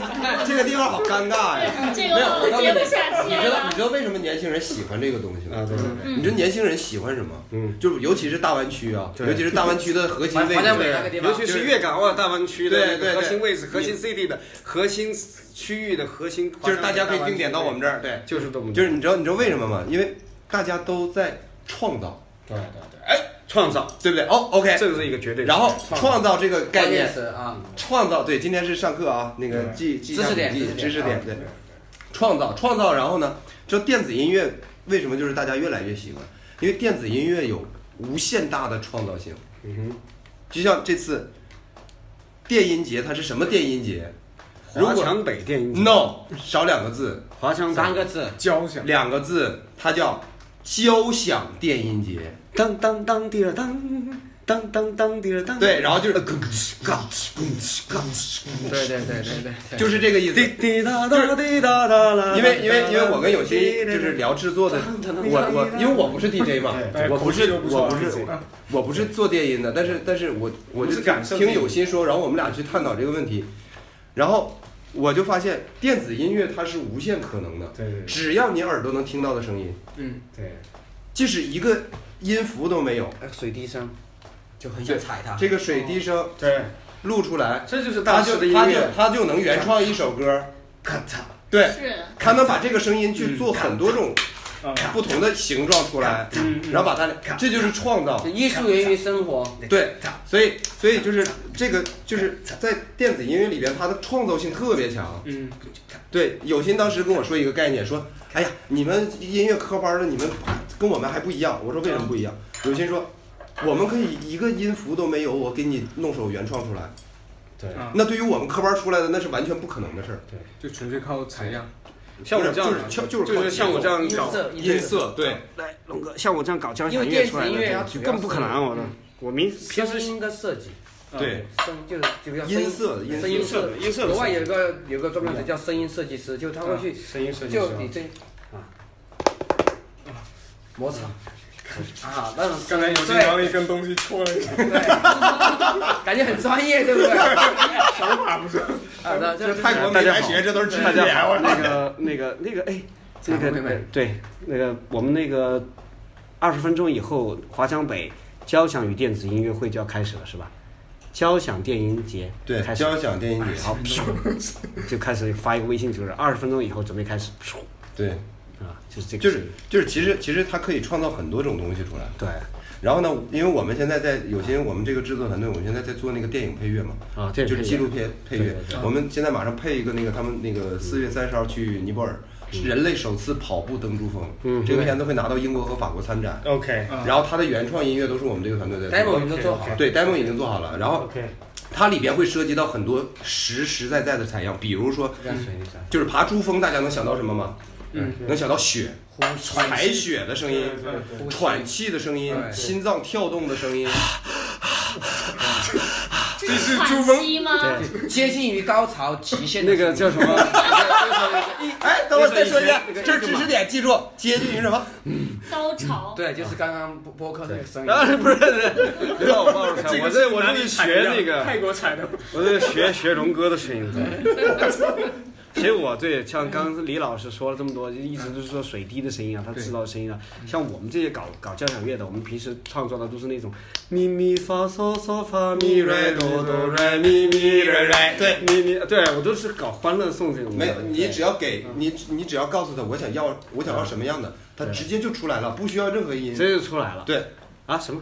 这个地方好尴尬呀！
嗯
这
没有
个
我
我
告诉
接
你
不下
你
去
知道
了
你。知道为什么年轻人喜欢这个东西吗？
对对
嗯
你知道年轻人喜欢什么？
嗯，
就是尤其是大湾区啊，
对
尤其是大湾区的核心
华
位
华强北
置。
那个地方
尤，其是粤港澳大湾区的
对
那
对
个核
对
心位置、核心 city 的核心区域的核心，
就是大家可以定点到我们这儿，对，
就是这么
就是你知道你知道为什么吗？因为大家都在创造，
对对对，哎，创造，
对不对？哦，OK，
这个是一个绝对的。
然后创造这个概
关键
念，
词啊，
创造对，今天是上课啊，那个记记一下
知识点
笔记
知
知
识
识
点啊
点对，创造创造，然后呢，就电子音乐为什么就是大家越来越喜欢？因为电子音乐有无限大的创造性，
嗯哼，
就像这次电音节，它是什么电音节如
华
果
强北电影节
？No，少两个字，
华强北
三个字，
交响，
两个字，它叫交响电音节。
当当当滴了当。当当当滴了当，
对然后就是
咕哧嘎哧咕哧嘎哧，
对对对对对对，
就是这个意思。
滴滴答答滴答答啦。
因为因为因为我跟有些就是聊制作的，我我因为我不是 DJ 嘛，
哎
我
口
不是
气就不错
我不是
啊
我不是做电音的，但是但是我我
你
就是
感受
听有心说，然后我们俩去探讨这个问题，然后我就发现电子音乐它是无限可能的，
对对
只要你耳朵能听到的声音，
嗯，
对，
即使一个音符都没有，
那个哎水滴声，就很想踩它。
这个水滴声
对，
录出来，
这就是
它
大
就
师的音
它就
乐。
它就能原创一首歌，
咔嚓，
对，
是，
它能把这个声音去做很多种不同的形状出来，然后把它，这就是创造。
艺术源于生活，
对，所以所以就是这个就是在电子音乐里边，它的创造性特别强。
嗯，
对，有心当时跟我说一个概念，说，哎呀，你们音乐科班的，你们跟我们还不一样。我说为什么不一样？有心说，我们可以一个音符都没有，我给你弄首原创出来。
对
啊
那对于我们科班出来的，那是完全不可能的事儿。
就纯粹靠采样。
像我这样
就是敲就是
就是像我这样
音
搞
色
音色，对，
来，龙哥，像我这样搞交响
因为
乐
电
出
子
来
音乐它
的，
主要嗯
更不可能啊！我的，
我明平
声
时
音的设计，
对，
声就是就是要声
音色的音
声
色
音
的，
设计，国外有一个有个专门的叫声音设计师，就他会去
啊
声音设计
就
师
你这摩擦啊，那种
刚才有经
对，
常一根东西戳了一下，
感觉很专业，对 不对？
想法不是。
啊，那这
这泰国没来学，这都是知识
大
哎
点。
家好，
我
那个那个那个哎，这
啊妹妹
个对那个我们那个二十分钟以后，华强北交响与电子音乐会就要开始了，是吧？交响电音节
对，
开始
交响电音节，
好，就开始发一个微信，就是二十分钟以后准备开始，
对，
啊，就是这个，
就是就是，其实其实它可以创造很多种东西出来。
对
然后呢，因为我们现在在有些我们这个制作团队，我们现在在做那个电影配乐嘛，
啊，这
就是纪录片配乐
对对。
我们现在马上配一个那个他们那个四月三十号去尼泊尔，是人类首次跑步登珠
嗯
峰，这个片子会拿到英国和法国参展。
OK，
然后它的原创音乐都是我们这个团队在
demo 我
做
们
的。
都做好了，
对，demo 已经做好了，然后
OK
它里边会涉及到很多实实在在的采样，比如说
让水一下，
就是爬珠峰，大家能想到什么吗？嗯，能想到雪，
呼吸
踩雪的声音，
对
喘气的声音，
对
心脏跳动的声音，
这是喘息吗？
接近于高潮极限的
啊那个
声
叫
音
什么？
哎，等我再说一遍
那，个
这是知识点，记住，接近于什 么？
高潮。
嗯对，就是刚刚播播客那个声音，
啊，不是，不是别让我暴露出来，我这我
哪
这
里
是
采
学
样
那个，
泰国采的，
我在学学龙哥的声音。 其实我对像刚刚李老师说了这么多，就一直都是说水滴的声音啊，他制造的声音啊。像我们这些搞搞交响乐的，我们平时创作的都是那种咪咪发嗦嗦发咪来哆哆来咪咪来来，对咪咪，对我都是搞欢乐颂这种的。
没有，你只要给你，你只要告诉他我想要我想要什么样的，他直接就出来了，不需要任何音。
这就出来了
对
啊？什么？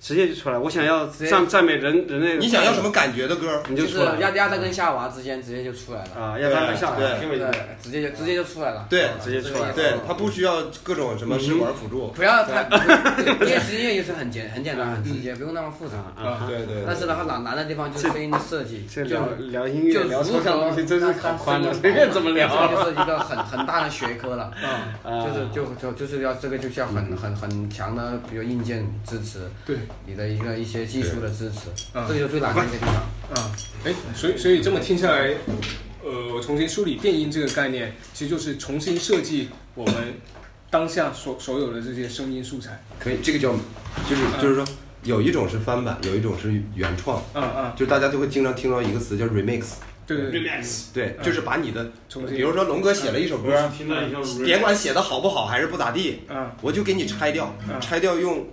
直接就出来。我想要
接
赞赞美人人类，
你想要什么感觉的歌？
你
就
就是出来
亚
了
亚当跟夏娃之间直接就出来了，
啊，要他上
对
给我一
对
个，
直接就直接就出来了，
对
啊
直接出来了
对，他不需要各种什么试管辅助。
不要太，电子音乐也是很简很简单很直接，不用那么复杂。
啊。
对对。
但是呢，它难难的地方就是声音的设计，
这
就
聊聊音
就
乐，
如
聊抽
何
象东西，真是
它
好宽的，
它
随便怎么聊啊。
这就是一个很很大的学科了。
啊
就是就就就是要这个就需要很很很强的，比如硬件支持，
对，
你的一个一些技术的支持，
嗯
这个就最难的一个地方。
哎，所以所以这么听下来，呃，我重新梳理电音这个概念，其实就是重新设计我们当下所所有的这些声音素材。
可以，这个叫，就是就是说，有一种是翻版，有一种是原创，
嗯嗯，
就是大家都会经常听到一个词叫 remix，
对对对，
对，就是把你的，
重新
比如说龙哥写了一首
嗯
歌，
听到一个
别管写的好不好还是不咋地，
嗯，
我就给你拆掉，拆掉用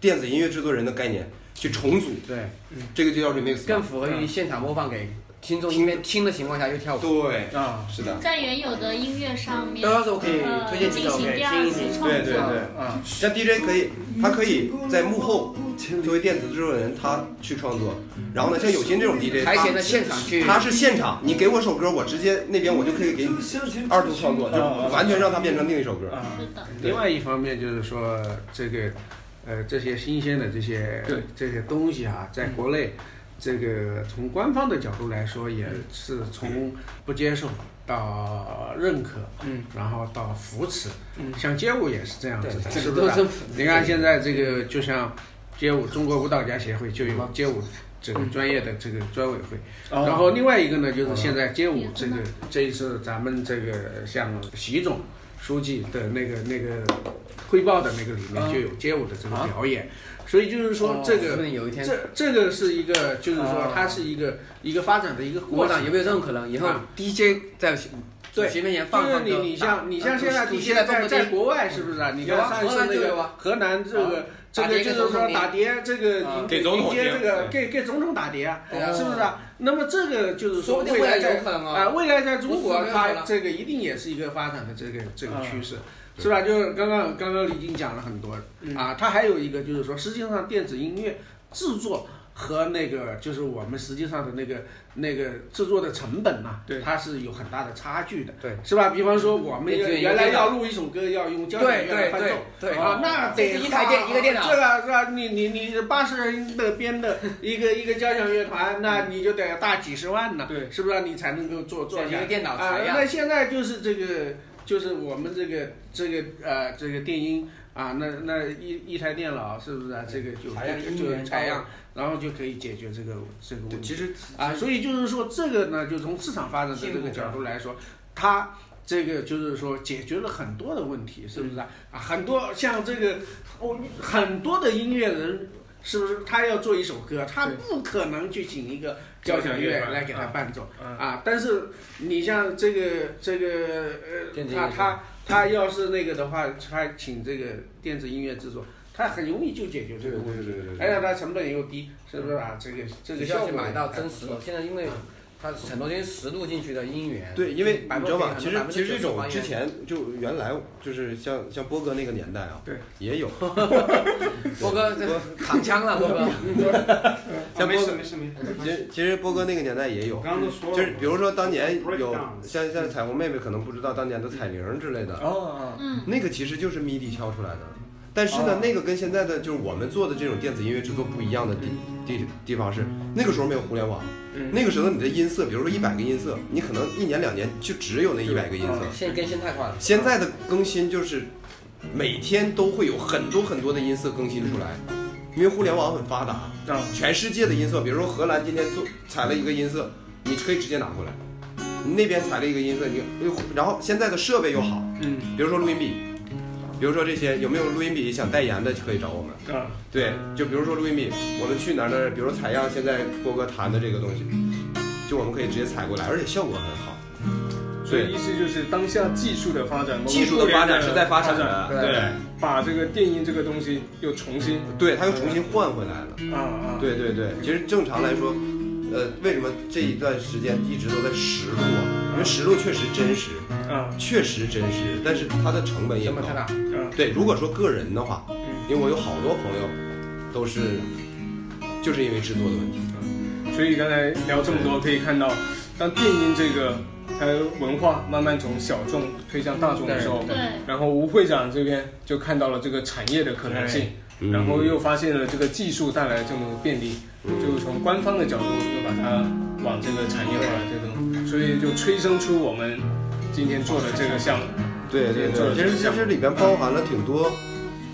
电子音乐制作人的概念去重组，
对，
这个就叫 remix，
更符合于现场播放给听众一边听的情况下又跳舞。
对，
啊
是的，
在原有的音乐上面，
到时候可以
呃
推荐几
进
首
行
给
第二
听一
次
听
创
对对
作。
对，
啊，
像 DJ 可以，他可以在幕后作为电子制作人，他去创作，然后呢，像有心这种 DJ，
台
他
前的现场去，
他是现场，你给我首歌，我直接那边我就可以给你二度创作，就完全让它变成另一首歌。
是的，
另外一方面就是说，这个呃这些新鲜的这些
对嗯
这些东西啊，在国内，这个从官方的角度来说，也是从不接受到认可，
嗯，
然后到扶持，嗯，像街舞也是这样子的，是不
都
是
是
啊？你看现在这个就像街舞中国舞蹈家协会就有街舞这个专业的这个专委会，然后另外一个呢，就是现在
哦
街舞这个这一次咱们这个呃像习总书记的那个那个汇报的那个里面就有街舞的这个表演，所以就是说这
说不
个
定有一天，
这这个是一个就是说它是一个一个发展的一个
我
过程
想。有没有这种可能？以后
啊
DJ 在主
对
席面前
就
放
是
放
你
歌，
你像你像现在
主
你
席
现
在
在在
放个
在
DJ
国外是不是啊？你
有啊
看上一
荷
次
兰
那
就有
个
啊
河南这
啊
个这
打碟
个就
给
是
总
说
统
打碟这个
啊
迎
给总统
迎接
听
这个给给总统打碟啊，
对啊
是不是啊？那么这个就是
说不定
未来
未来
在
有可能啊
啊，未来在中
我
国
说没有可
它
能
这个一定也是一个发展的这个这个
啊
趋势。是吧？就是刚刚刚刚李静讲了很多
嗯
啊，他还有一个就是说，实际上电子音乐制作和那个就是我们实际上的那个那个制作的成本呐、
对
它是有很大的差距的，
对，
是吧？比方说我们
对
原
对
原来
对
要录一首歌要用交响
对
乐来
对
伴
对
奏，
对
啊，那得
一台电一个电脑
对吧？是吧？你你你八十人的编的一个一个交响乐团，那你就得大几十万呢，
对
是不是？你才能够做做
对
下来
一个电脑
啊
采。样
那现在就是这个，就是我们这个这个呃这个电音
啊，那那一一台电脑是不是啊？这个就
采样
就
一
就
年
采
差
样，然后就可以解决这个这个问
对，
题。
其实
啊，所以就是说这个呢，就从市场发展的这个角度来说，它这个就是说解决了很多的问题，是不是啊？啊，很多像这个，哦，很多的音乐人。是不是他要做一首歌，他
对
不可能去请一个交响乐来给他伴奏
嗯
啊？但是你像这个这个
电
呃，
子音
他
乐
他他要是那个的话，他请这个电子音乐制作，他很容易就解决这个
对对
问题，
对对
而
对，
且他成本又低，是不是啊？这个这个
只需要
效
去
果
买到真
实。
实的。现在因为它很多东西实录进去的音源，
对，因为
百
你
分
知
之
道吧
百？
其实
百分
其
之
实这
九十
种
还
之
原
前就原来就是像像波哥那个年代啊，
对，
也有
波哥这扛枪了，波哥。
像波哥
没事没事，
其实其实波哥那个年代也有
我，刚刚都说了，
就是比如说当年有
Breakdown
像像彩虹妹妹可能不知道当年的彩铃之类的，
哦，
嗯，
那个其实就是 MIDI 敲出来的。但是呢，那个跟现在的就是我们做的这种电子音乐制作不一样的地地地方是，那个时候没有互联网，那个时候你的音色，比如说一百个音色，你可能一年两年就只有那一百个音色。
现更新太快了，
现在的更新就是每天都会有很多很多的音色更新出来，因为互联网很发达，
啊
全世界的音色，比如说荷兰今天做采了一个音色，你可以直接拿回来。你那边采了一个音色，你然后现在的设备又好，
嗯，
比如说录音笔，比如说这些有没有录音笔想代言的可以找我们。
啊，
对，就比如说录音笔，我们去哪儿哪儿，比如采样现在波哥弹的这个东西，就我们可以直接采过来，而且效果很好。
所以意思就是当下技术的发展，
技术的发展是在发展
的，
的，
对
对。
把这个电音这个东西又重新
对，他又重新换回来
嗯
了。
啊啊，
对对对，其实正常来说，呃，为什么这一段时间一直都在实录啊？因为实录确实真实，
啊
确实真实，但是它的成本也
成
高
本。太大。嗯
啊，
对，如果说个人的话，因为我有好多朋友都是就是因为制作的问题，
所以刚才聊这么多，可以看到，当电音这个它文化慢慢从小众推向大众的时候，
对，
然后吴会长这边就看到了这个产业的可能性，
嗯
然后又发现了这个技术带来这么便利，
嗯
就从官方的角度又把它往这个产业化这种，所以就催生出我们今天做的这个项目。
对对对，其实其实里边包含了挺多。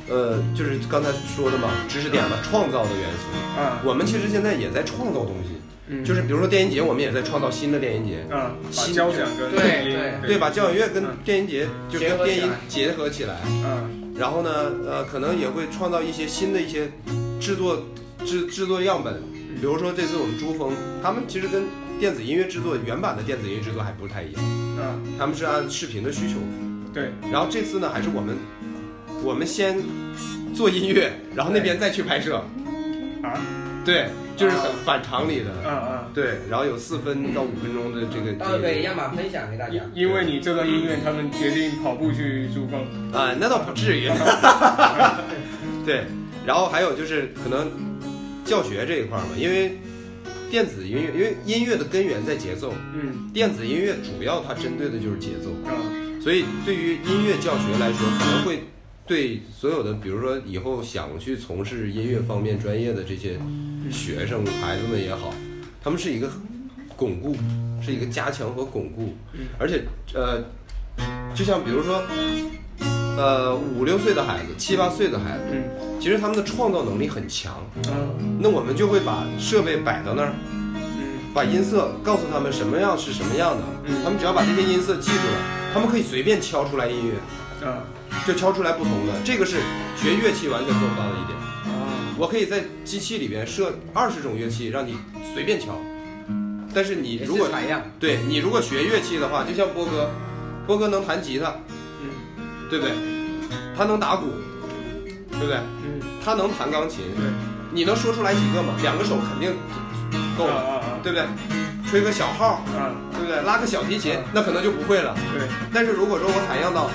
呃，就是刚才说的嘛，知识点嘛，创造的元素。
嗯
啊
我们其实现在也在创造东西，就是比如说电音节，我们也在创造新的电音节。
嗯
啊，把
新
交响跟
对
电音
对
对，把交响乐跟电音节就
嗯结
跟
合起
电音
来
结合起来，
啊
然后呢，呃，可能也会创造一些新的一些制作制制作样本，比如说这次我们珠峰，他们其实跟电子音乐制作原版的电子音乐制作还不太一样，
啊，
他们是按视频的需求，
对，
然后这次呢，还是我们我们先做音乐，然后那边再去拍摄，
啊
对，就是很反常理的，
啊啊。
对，然后有四分到五分钟的这个
到时候可
这
以
个
样板分享给大家。
因因为你这段音乐，他们决定跑步去珠峰。
啊、那倒不至于。 对，然后还有就是可能教学这一块儿嘛，因为电子音乐，因为音乐的根源在节奏，
嗯
电子音乐主要它针对的就是节奏，
啊
所以对于音乐教学来说，可能会对所有的，比如说以后想去从事音乐方面专业的这些学生孩子们也好，他们是一个巩固，是一个加强和巩固，而且呃，就像比如说。呃，五六岁的孩子，七八岁的孩子，
嗯
其实他们的创造能力很强。
啊
那我们就会把设备摆到那儿，
嗯
把音色告诉他们什么样是什么样的，
嗯
他们只要把这些音色记住了，他们可以随便敲出来音乐，
啊
就敲出来不同的。这个是学乐器完全做不到的一点。
啊
我可以在机器里边设二十种乐器，让你随便敲，但是你
也
如果
是采样，
对你如果学乐器的话，就像波哥，波哥能弹吉他，对不对？他能打鼓，对不对？
嗯，
他能弹钢琴，
对，
你能说出来几个吗？两个手肯定够
啊
了，
啊
对不对？吹个小号，
啊啊，
对不对？拉个小提
嗯
琴，那可能就不会了。
对
但是如果说我采样到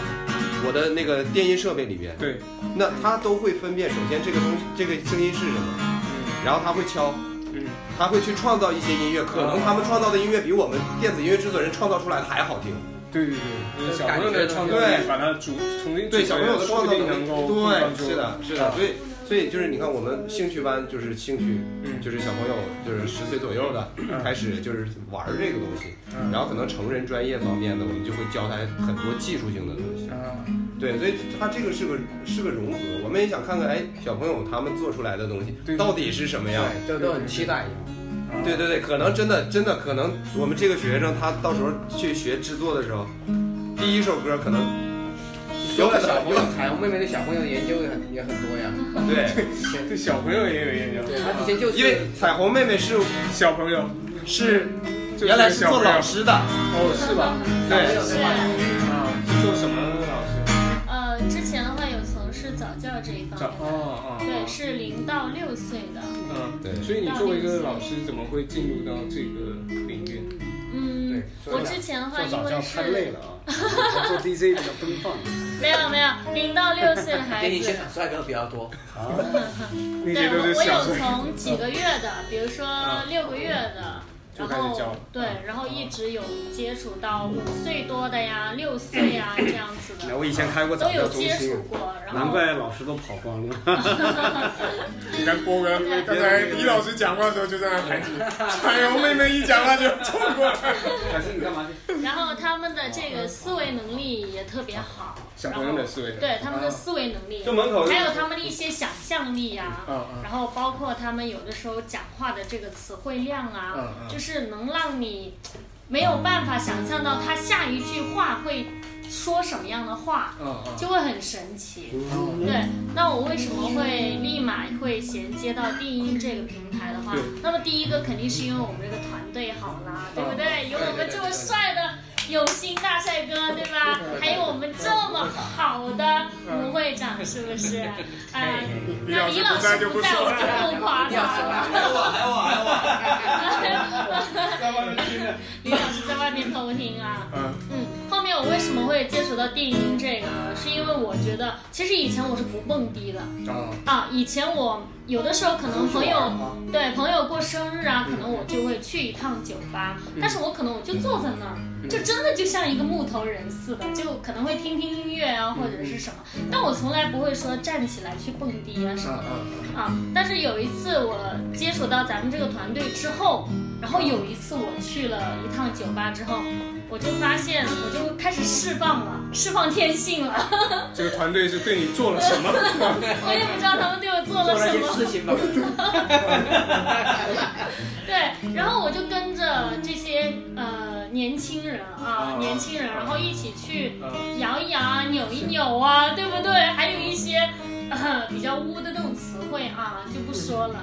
我的那个电音设备里面，
对，
那它都会分辨，首先这个东西，这个声音是什么，
嗯
然后它会敲，
嗯
它会去创造一些音乐，可能他们创造的音乐比我们电子音乐制作人创造出来的还好听。
对对对，就是小朋友的创作力，把它主重新
对小朋友的
说
创
不
造
定
能
能
力，
够
对，是的，是的，
啊
所以所以就是你看，我们兴趣班就是兴趣，
嗯
就是小朋友就是十岁左右的
嗯
开始就是玩儿这个东西，
嗯
然后可能成人专业方面的，我们就会教他很多技术性的东西，
啊
对，所以它这个是个是个融合，我们也想看看，哎，小朋友他们做出来的东西到底是什么样。
都都很期待。
对对对，可能真的真的可能，我们这个学生他到时候去学制作的时候，第一首歌可能
所有的小朋友，彩虹妹妹对小朋友的研究也很也很多呀。
对，
对小朋友也有研究，
对，她之前就是
因为彩虹妹妹是
小朋友
是原来是做老师的，
哦，是吧？
嗯
对，
是
啊，是做什么老师？
呃，之前的话有从事早教这一方
早
面的，
哦哦，
对，是零到六岁的。
嗯，
对
所以你作为一个老师，怎么会进入到这个领域？
嗯，我之前的话因为是
了 啊，做 DJ 比较奔放。
没 有没有零到六岁的孩
给你
子
现，场帅哥比较多，
那
对
些都
我
是小
我
嗯
有
时候
从几个月的，比如说六个月的。
嗯就
然
开始教嗯
后对，然后一直有接触到五岁多的呀、六岁 呀这样子的，
我以前开过
都
早教
有
中
接
心
触，过。然后
难怪老师都跑光了。
你看郭哥
对
刚才李老师讲话的时候就在那喊起，彩虹妹妹一讲话就冲过来。
小新，你干嘛去？
然后他们的这个思维能力也特别好，
嗯小朋友的思维
然后对他
啊
们的思维能力，啊
就门口就
还有他们的一些想象力呀、
嗯嗯
然后包括他们有的时候讲话的这个词汇量啊，
嗯嗯
就是能让你没有办法想象到他下一句话会说什么样的话，
嗯嗯
就会很神奇。对，那我为什么会立马会衔接到地音这个平台的话
对？
那么第一个肯定是因为我们这个团队好啦，对不对？有我们这么
对对对
帅的有心大帅哥，对吧？还有我们这么好的吴会长，是不是？啊，那李老师不在，我就不夸他了。
我还我还我。
李老师在外面偷听啊。
嗯
嗯，后面我为什么会接触到电音这个呢？是因为我觉得，其实以前我是不蹦迪的
啊
啊。以前我有的时候可能朋友对朋友过生日啊，可能我就会去一趟酒吧，但是我可能我就坐在那儿，就真的就像一个木头人似的，就可能会听听音乐啊或者是什么，但我从来不会说站起来去蹦迪啊什么的。啊，但是有一次我接触到咱们这个团队之后，然后有一次我去了一趟酒吧之后，我就发现我就开始释放了，释放天性了。
这个团队是对你做了什么？
我也不知道他们对我做
做
了
那
什
些事
么。
情吧，
对，然后我就跟着这些呃年轻人啊，
啊
年轻人，然后一起去
嗯
摇一摇啊，扭一扭啊，对不对？还有一些、呃、比较污的那种词汇啊，就不说了。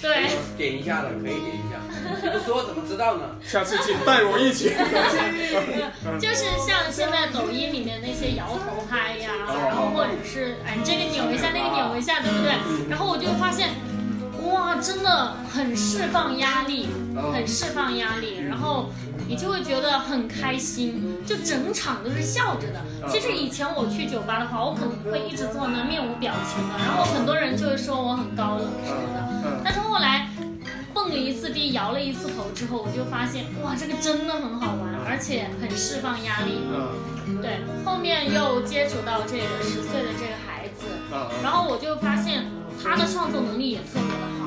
对。
点一下的可以点一下，不说怎么知道呢？
下次请带我一起。
就是像现在抖音里面那些摇头拍呀，然后或者是哎这个扭一下，那个扭一下，对不对？然后我就发现，哇，真的很释放压力，很释放压力，然后你就会觉得很开心，就整场都是笑着的。其实以前我去酒吧的话，我可能会一直坐那面无表情的，然后很多人就会说我很高冷什么的，但是后来。蹦了一次迪，摇了一次头之后，我就发现，哇，这个真的很好玩，而且很释放压力。对，后面又接触到这个十岁的这个孩子，
嗯
然后我就发现他的创作能力也特别的好。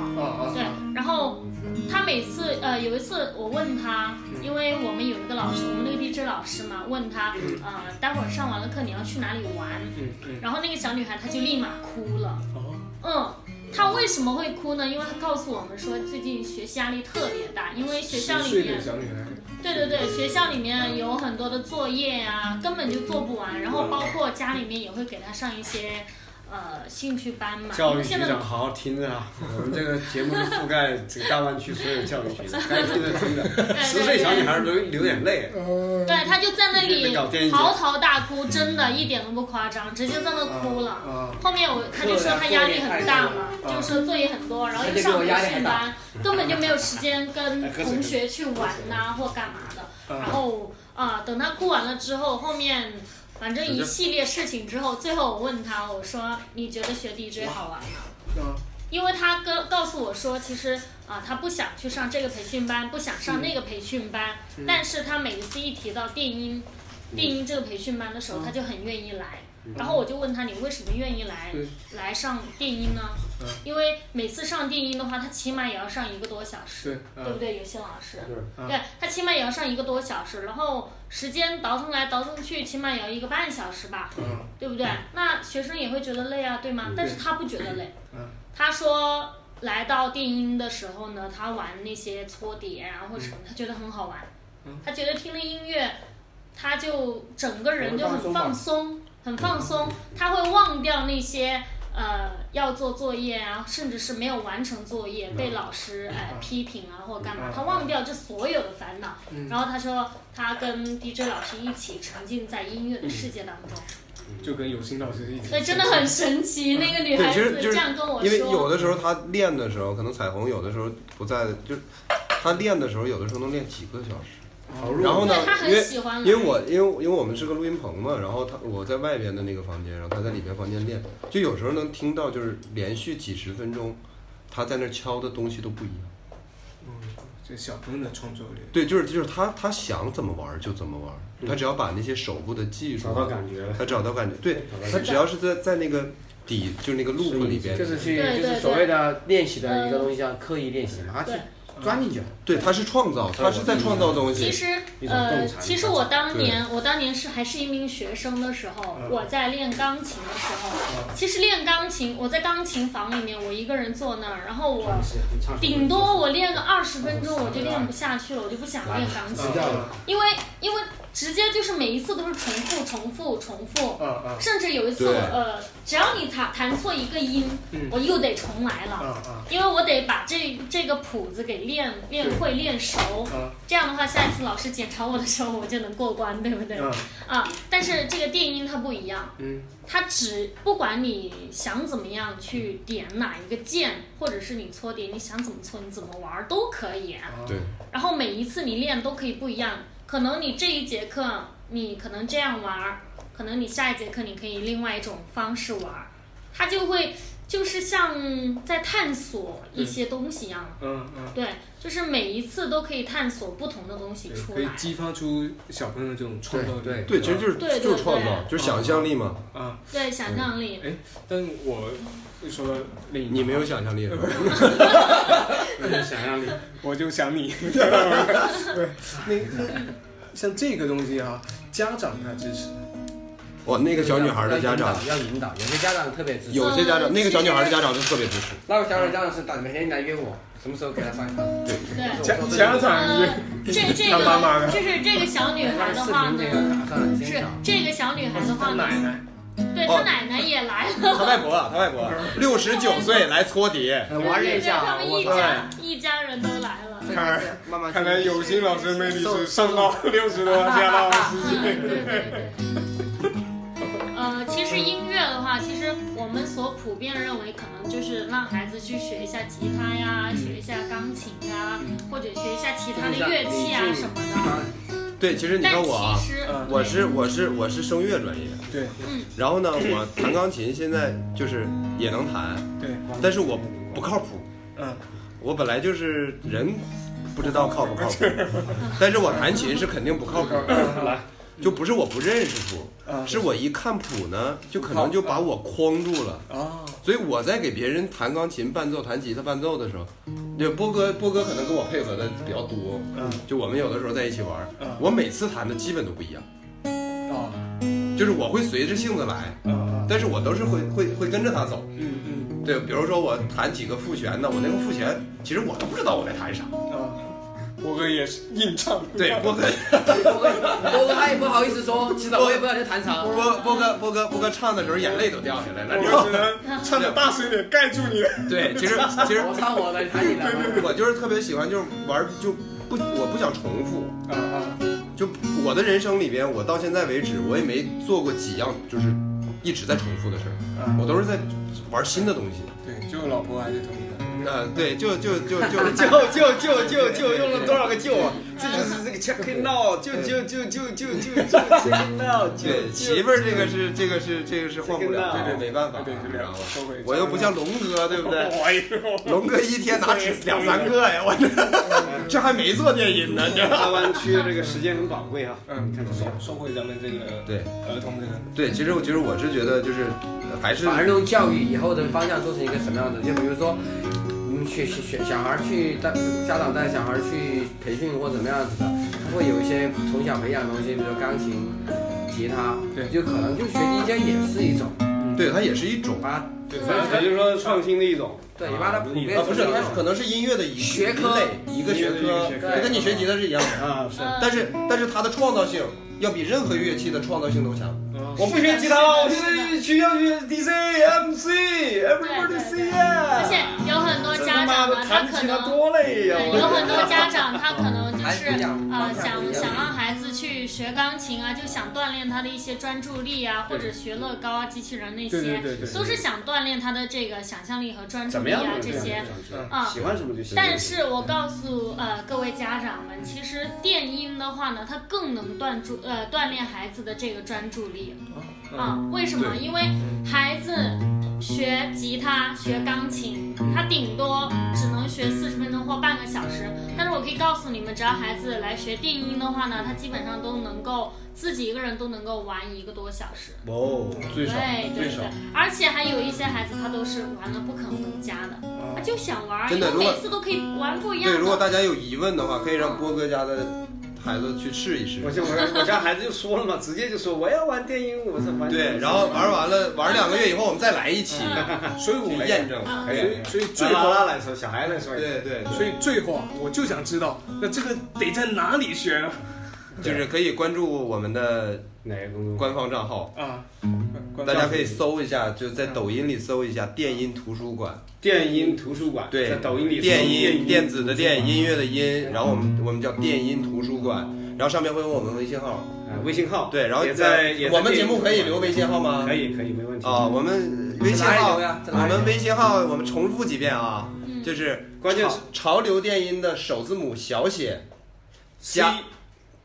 嗯
对，然后他每次呃有一次我问他，
嗯
因为我们有一个老师，我们那个地质老师嘛，问他
嗯
呃待会儿上完了课你要去哪里玩，然后那个小女孩她就立马哭了，
哦
嗯。她为什么会哭呢？因为她告诉我们说，最近学习压力特别大，因为学校
十岁
里面
的小女孩，
对对对，学校里面有很多的作业啊，根本就做不完。然后包括家里面也会给他上一些呃兴趣班嘛。因
教
为
育局
现在
长好好听着啊， 我们这个节目是覆盖整个大湾区所有教育 局的，该听的 听着。十岁小女孩流流眼泪，
对，他就在那里
搞电影嗯
嚎啕大哭，真的一点都不夸张，直接在那哭了。后面我他就说他压力很大嘛，
嗯
就说作业很多，然后又上补习班，根本就没有时间
哎
跟同学去玩呐、或干嘛
嗯
的。然后啊、等他哭完了之后，后面。反正一系列事情之后，最后我问他，我说你觉得学 DJ 好玩吗？
嗯
因为他跟告诉我说，其实啊、他不想去上这个培训班，不想
嗯
上那个培训班，
嗯
但是他每一次一提到电音，电音这个培训班的时候，他就很愿意来。然后我就问他，你为什么愿意来
对
来上电音呢
嗯？
因为每次上电音的话，他起码也要上一个多小时，
对，
对
啊
不，对？有些老师，
嗯
对他起码也要上一个多小时，然后时间倒腾来倒腾去，起码也要一个半小时吧，
嗯
对不对？那学生也会觉得累啊，对吗？但是他不觉得累
嗯，
他说来到电音的时候呢，他玩那些搓碟啊或者什么，他觉得很好玩
嗯，
他觉得听了音乐，他就整个人就很放松，嗯很放松，他会忘掉那些。呃，要做作业啊，甚至是没有完成作业，被老师哎、批评啊，或者干嘛，他忘掉这所有的烦恼，然后他说他跟 DJ 老师一起沉浸在音乐的世界当中，
就跟有心老师一起。
对，真的很神奇。那个女
嗯对，
孩
其
子
实就
这
是
样跟我
因为有
说，
的时候他练的时候，可能彩虹有的时候不在，就是他练的时候，有的时候能练几个小时。然后呢
对，她
因
很
为
喜欢来，
因为我因为因为我们是个录音棚嘛，然后他我在外边的那个房间，然后他在里边房间练，就有时候能听到就是连续几十分钟，他在那儿敲的东西都不一样。
这小朋友的创作力，
对，就是就是他他想怎么玩儿就怎么玩儿，他只要把那些手部的技术
找
啊，
到感觉了。
他找到感觉，对他只要是在在那个底就是那个 loop 里边
就，是去
对对
就是所谓的练习的一个东西叫刻意练习嘛，去
对
钻进去了。
对，他是创造，他是在创造东
其
西。
实
一种
呃
洞，察
其实我当年我当年是还是一名学生的时候，
嗯
我在练钢琴的时候，其实练钢琴，我在钢琴房里面，我一个人坐那儿，然后我顶多我练个二十分钟，
嗯
我就练不下去了，我就不想练钢琴，因为因为直接就是每一次都是重复重复重复，
啊啊
甚至有一次我
对
呃，只要你弹弹错一个音，
嗯
我又得重来了。
啊啊，
因为我得把这这个谱子给练练会、练熟，
嗯
这样的话，下一次老师检查我的时候，我就能过关，对不对？
嗯
啊，但是这个电音它不一样，
嗯，
它只不管你想怎么样去点哪一个键，或者是你搓碟，你想怎么搓，你怎么玩儿都可以。啊
对，
然后每一次你练都可以不一样，可能你这一节课你可能这样玩儿，可能你下一节课你可以另外一种方式玩儿，它就会就是像在探索一些东西一样，
嗯嗯，
对，就是每一次都可以探索不同的东西
对
出
可以
来。
激发出小朋友的这种创造力。
对
对，其实就是
对对
就是创造，
对
就是想象力嘛。
啊，
对，想象力，
但我说到另一个
你没有想象力是吧？
想象力，
我就想你。 对，那那像这个东西啊，家长他支持，
哇，那个 小女孩的家长，
要引导，有些家长特别支持。
有些家长，那个小女孩的家长是特别支持。
那个家长家长是打每天来约我，什么时候给他上一堂？
对。
家家长
呃，这这
他妈妈
个
呢
就是这个小女孩的话
视频这个
呢，
打上了
是
肩上。
这个小女孩的话呢，
奶奶，
对她奶奶也来了，
他外婆，他外婆六十
嗯
九岁来搓碟，
呃玩了一下，
他们
我
一
操！
家一家人都来了。
看来
慢慢
看来有心老师的魅力是上到六十多下到十几。
对对对。呃，其实音乐的话，其实我们所普遍认为，可能就是让孩子去学一下吉他呀，学一下钢琴呀，
嗯
或者学一下其他的乐器啊什么的。
对，其实你
但
看我啊
其，实，
我是我是我是声乐专业，
对
然 后呢，我弹钢琴现在就是也能弹，
对，
但是我不靠谱，
嗯，
我本来就是人不知道靠不 靠谱，但是我弹琴是肯定不靠谱，
嗯
就不是我不认识谱，
啊
是我一看谱呢，就可能就把我框住了。
啊，
所以我在给别人弹钢琴伴奏、弹吉他伴奏的时候，对波哥，波哥可能跟我配合的比较多，
嗯
就我们有的时候在一起玩儿，
嗯
我每次弹的基本都不一样，
啊
就是我会随着性子来，
啊啊，
但是我都是会会会跟着他走。
嗯
对，比如说我弹几个复弦呢，我那个复弦其实我都不知道我在弹啥。
嗯啊，我哥也是硬唱，
对，波哥，
我我他也不好意思说，其实我也不知道你在弹 啥。
波波哥，波哥，波哥唱的时候眼泪都掉下来了。
我
你知道
只
吗
能唱的大声一点，盖住你的。
对，其实其实
我唱我的，你弹你的。
我就是特别喜欢，就是玩儿就不我不想重复。
啊啊，
就我的人生里边，我到现在为止，我也没做过几样就是一直在重复的事儿
嗯，
我都是在玩新的东西。
对，就老婆还是同意的。
呃，对，就就就就就就就就就用了多少个就啊？
这就是这个 check it now，就就就就就就就 check it now，
对，
就
媳妇儿这个是这个是这个是换不了，这是没办法，
对，是
你
这
知
样
道吗？
收回。
我又不像龙哥，对不对？
哎呦，
龙哥一天拿两三个呀，我这这还没做电影呢，这。
大湾区的这个时间很宝贵啊。
嗯，收收回咱们这个
对
儿童这个。
对，其实我其实我是觉得就是呃还是
把儿童教育以后的方向做成一个什么样的？就比如说，你们去学小孩儿去带家长带小孩儿去培训或怎么样子的，他会有一些从小培养的东西，比如钢琴、吉他，
对
就可能就学音阶也是一种，
对它也是一种，
把
对，
反正也就是说创新的一种，
对，你把它普遍
啊不是，
成为
它
一
是
种
可能是音乐的一
学科
一类一个学
音乐的
科
一个学，
科
就跟你学吉他是一样的。
啊，是
嗯
但是但是它的创造性要比任何乐器的创造性都强。我不
不学吉他了，我现在需要学 DC、
对
MC，Everybody
对
C
而
呀。
且有很多
这他
家
妈
长
的
呢，他
弹
可
吉他
能
多累呀！
对，
我
有很多家长他可能就
还
是
不一样方
呃
向不一样
想想让孩子去学钢琴啊，就想锻炼他的一些专注力啊，或者学乐高啊、机器人那
对对
些
对对，对
都是想锻炼他的这个想象力和专注
怎么
力
样
啊
都是
这
这样
些
的
嗯
啊。
喜欢什么就喜欢。
但是我告诉呃各位家长们，其实电音的话呢，它更能锻注呃锻炼孩子的这个专注力啊。为什么？因为孩子学吉他、学钢琴，他顶多只能学四十分钟或半个小时。但是我可以告诉你们，只要孩子来学电音的话呢，他基本上都能够自己一个人都能够玩一个多小时。
哦，
最少
对
最
对
少
对，而且还有一些孩子他都是玩了不肯回家的，他就想玩，
嗯真
因
的
为
如果
每次都可以玩不一样
对，
的。
如果大家有疑问的话，可以让波哥家的孩子去试一试。
我就我我家孩子就说了嘛，直接就说我要玩电音，我是玩
嗯对，然后玩完了，玩两个月以后，我们再来一期，
所以
去
我
验证。
嗯
所以所以最
最后
后，
来说，小孩来说，
哎对对，对
所以最后啊，我就想知道，那这个得在哪里学啊呢？
就是可以关注我们的
哪个公众号？
官方账号，
啊，
大家可
以
以搜一下，就在抖音里搜一下“电音图书馆
电音图书馆，”，
对
在，抖音里搜
电音电子的电，音乐的音，然后我们我们叫电音图书馆，然后上面会有我们微信号，
啊微信号，
对，然后
也在也在
我们节目可以
电音
留微信号吗？
可以可以没问题
啊，我们微信
在哪里
号，
留呀在哪
我
里留
们微信号，我们重复几遍啊，
嗯
就是
关键
潮
是
潮流电音的首字母小写
，C
加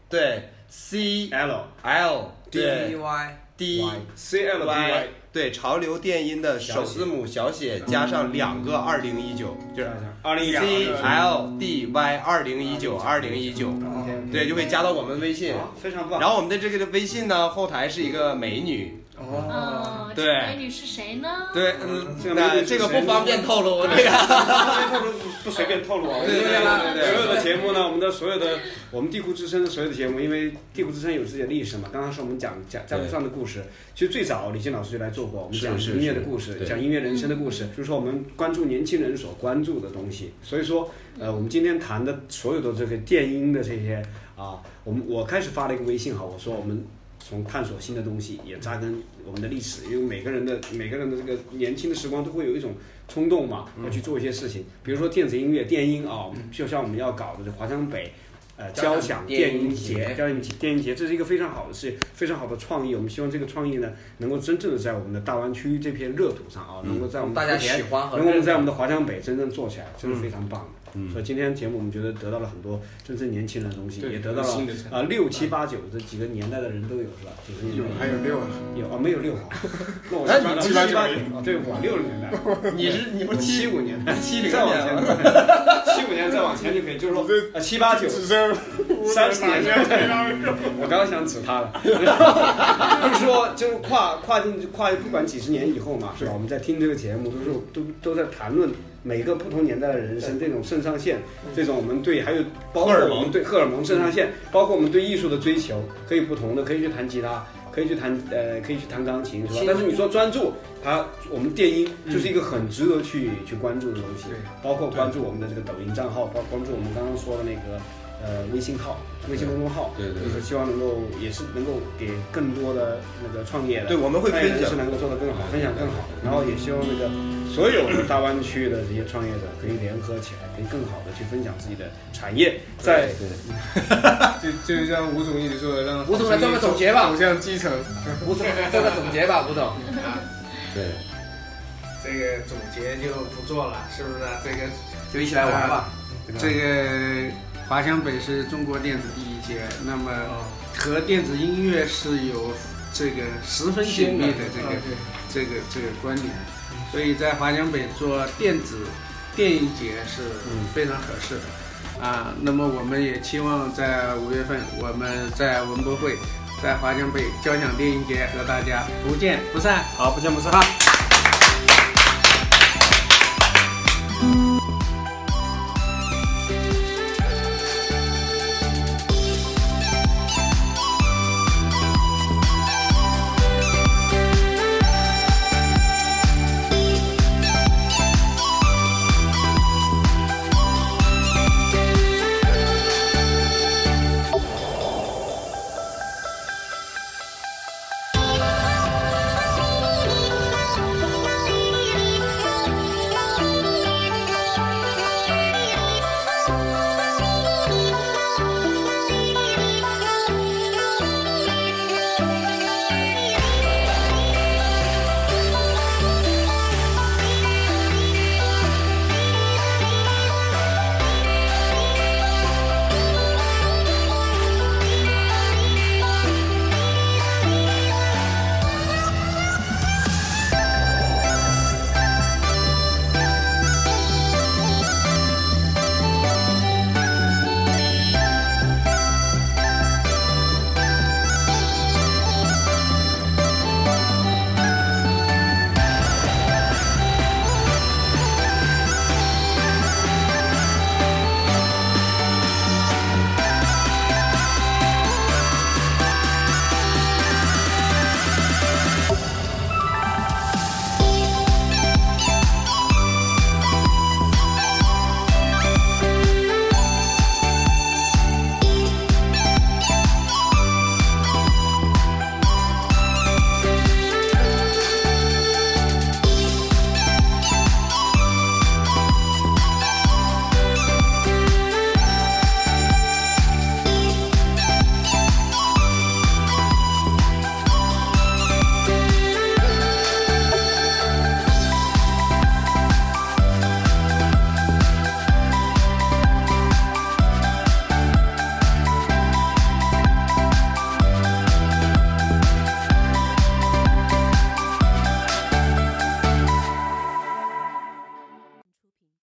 对 C
L
L
D E
对
Y
D
C L D
Y
Y，
对潮流电音的首字母小写加上两个二零一九，就是
二零一嗯两
C L D Y 二零一九二零一九，
啊
对，就会加到我们微信。
啊非常棒。
然后我们的这个微信呢，后台是一个美女，
哦，这
对
美女是谁呢？
对，嗯
啊这，个美
那
女是
这个
谁
不
呢
方便透露我这个。
透露不随便透露啊。
对对对对对
所有的节目呢，我们的所有的我们地库之声的所有的节目，因为地库之声有自己的历史嘛，刚刚是我们讲讲加
对
路上的故事，其实最早李健老师就来做过，我们
是
讲
是
音乐的
是
故事，
对
讲音乐人生的故事，就是说我们关注年轻人所关注的东西。所以说，呃，我们今天谈的所有的这个电音的这些啊，我们我开始发了一个微信哈，我说我们。从探索新的东西，也扎根我们的历史，因为每个人的每个人的这个年轻的时光都会有一种冲动嘛，
嗯
要去做一些事情，比如说电子音乐、电音啊，就像我们要搞的这华强北。呃，交
交响
响
电
电
音
音
节
节，交响电音节，这是一个非常好的事，非常好的创意。我们希望这个创意呢，能够真正的在我们的大湾区这片热土上啊，能够在我们
嗯大家
福田
喜欢和
能够
认
在我
可
们的华强北真正做起来，真
嗯
是非常棒的。所以今天节目我们觉得得到了很多真正年轻人的东西，
对
也得到了
新的成
啊六七八九这几个年代的人都有是吧？九十年代
还有六啊，
有啊没有六啊，那我
哎
知道
你
七
七八
八
九
九，对我六十年代。
你是你不是
七
七
五年，
七零
再往
年
前
吗？，
七五年再往前就可以，就是说呃七八九，
只剩
三十年我刚刚想指他了， 就是说，就是跨跨进跨，不管几十年以后嘛，是吧？我们在听这个节目，都是都都在谈论每个不同年代的人生，这种肾上腺，这种我们对还有包括
荷尔
我
蒙
们对嗯荷尔蒙嗯肾上腺，包括我们对艺术的追求，可以不同的，可以去弹吉他。可以去弹呃，可以去弹钢琴，是吧
其？实
但是你说专注，它我们电音就是一个很值得去、去关注的东西
对，
包括关注我们的这个抖音账号，包括关注我们刚刚说的那个呃微信号、微信公众号，
对对对
就是希望能够也是能够给更多的那个创业的
对我们会
创业人
分享
士能够做得更好，分享更好，然后也希望那个所有的大湾区的这些创业者可以联合起来，可以更好的去分享自己的产业，在
就就像吴总一直说的，让
吴总来做个总结吧
走向基层。
吴总做个总结吧，吴总，
对，
这个总结就不做了，是不是啊？这个
就一起来玩吧。
这个
华强北是中国电子第一街，那么和电子音乐是有这个十分紧密的这个这个这个关联，所以在华强北做电子电音节是非常合适的。啊，那么我们也期望在五月份，我们在文博会，在华强北交响电影节和大家不见不散。
好，不见不散哈。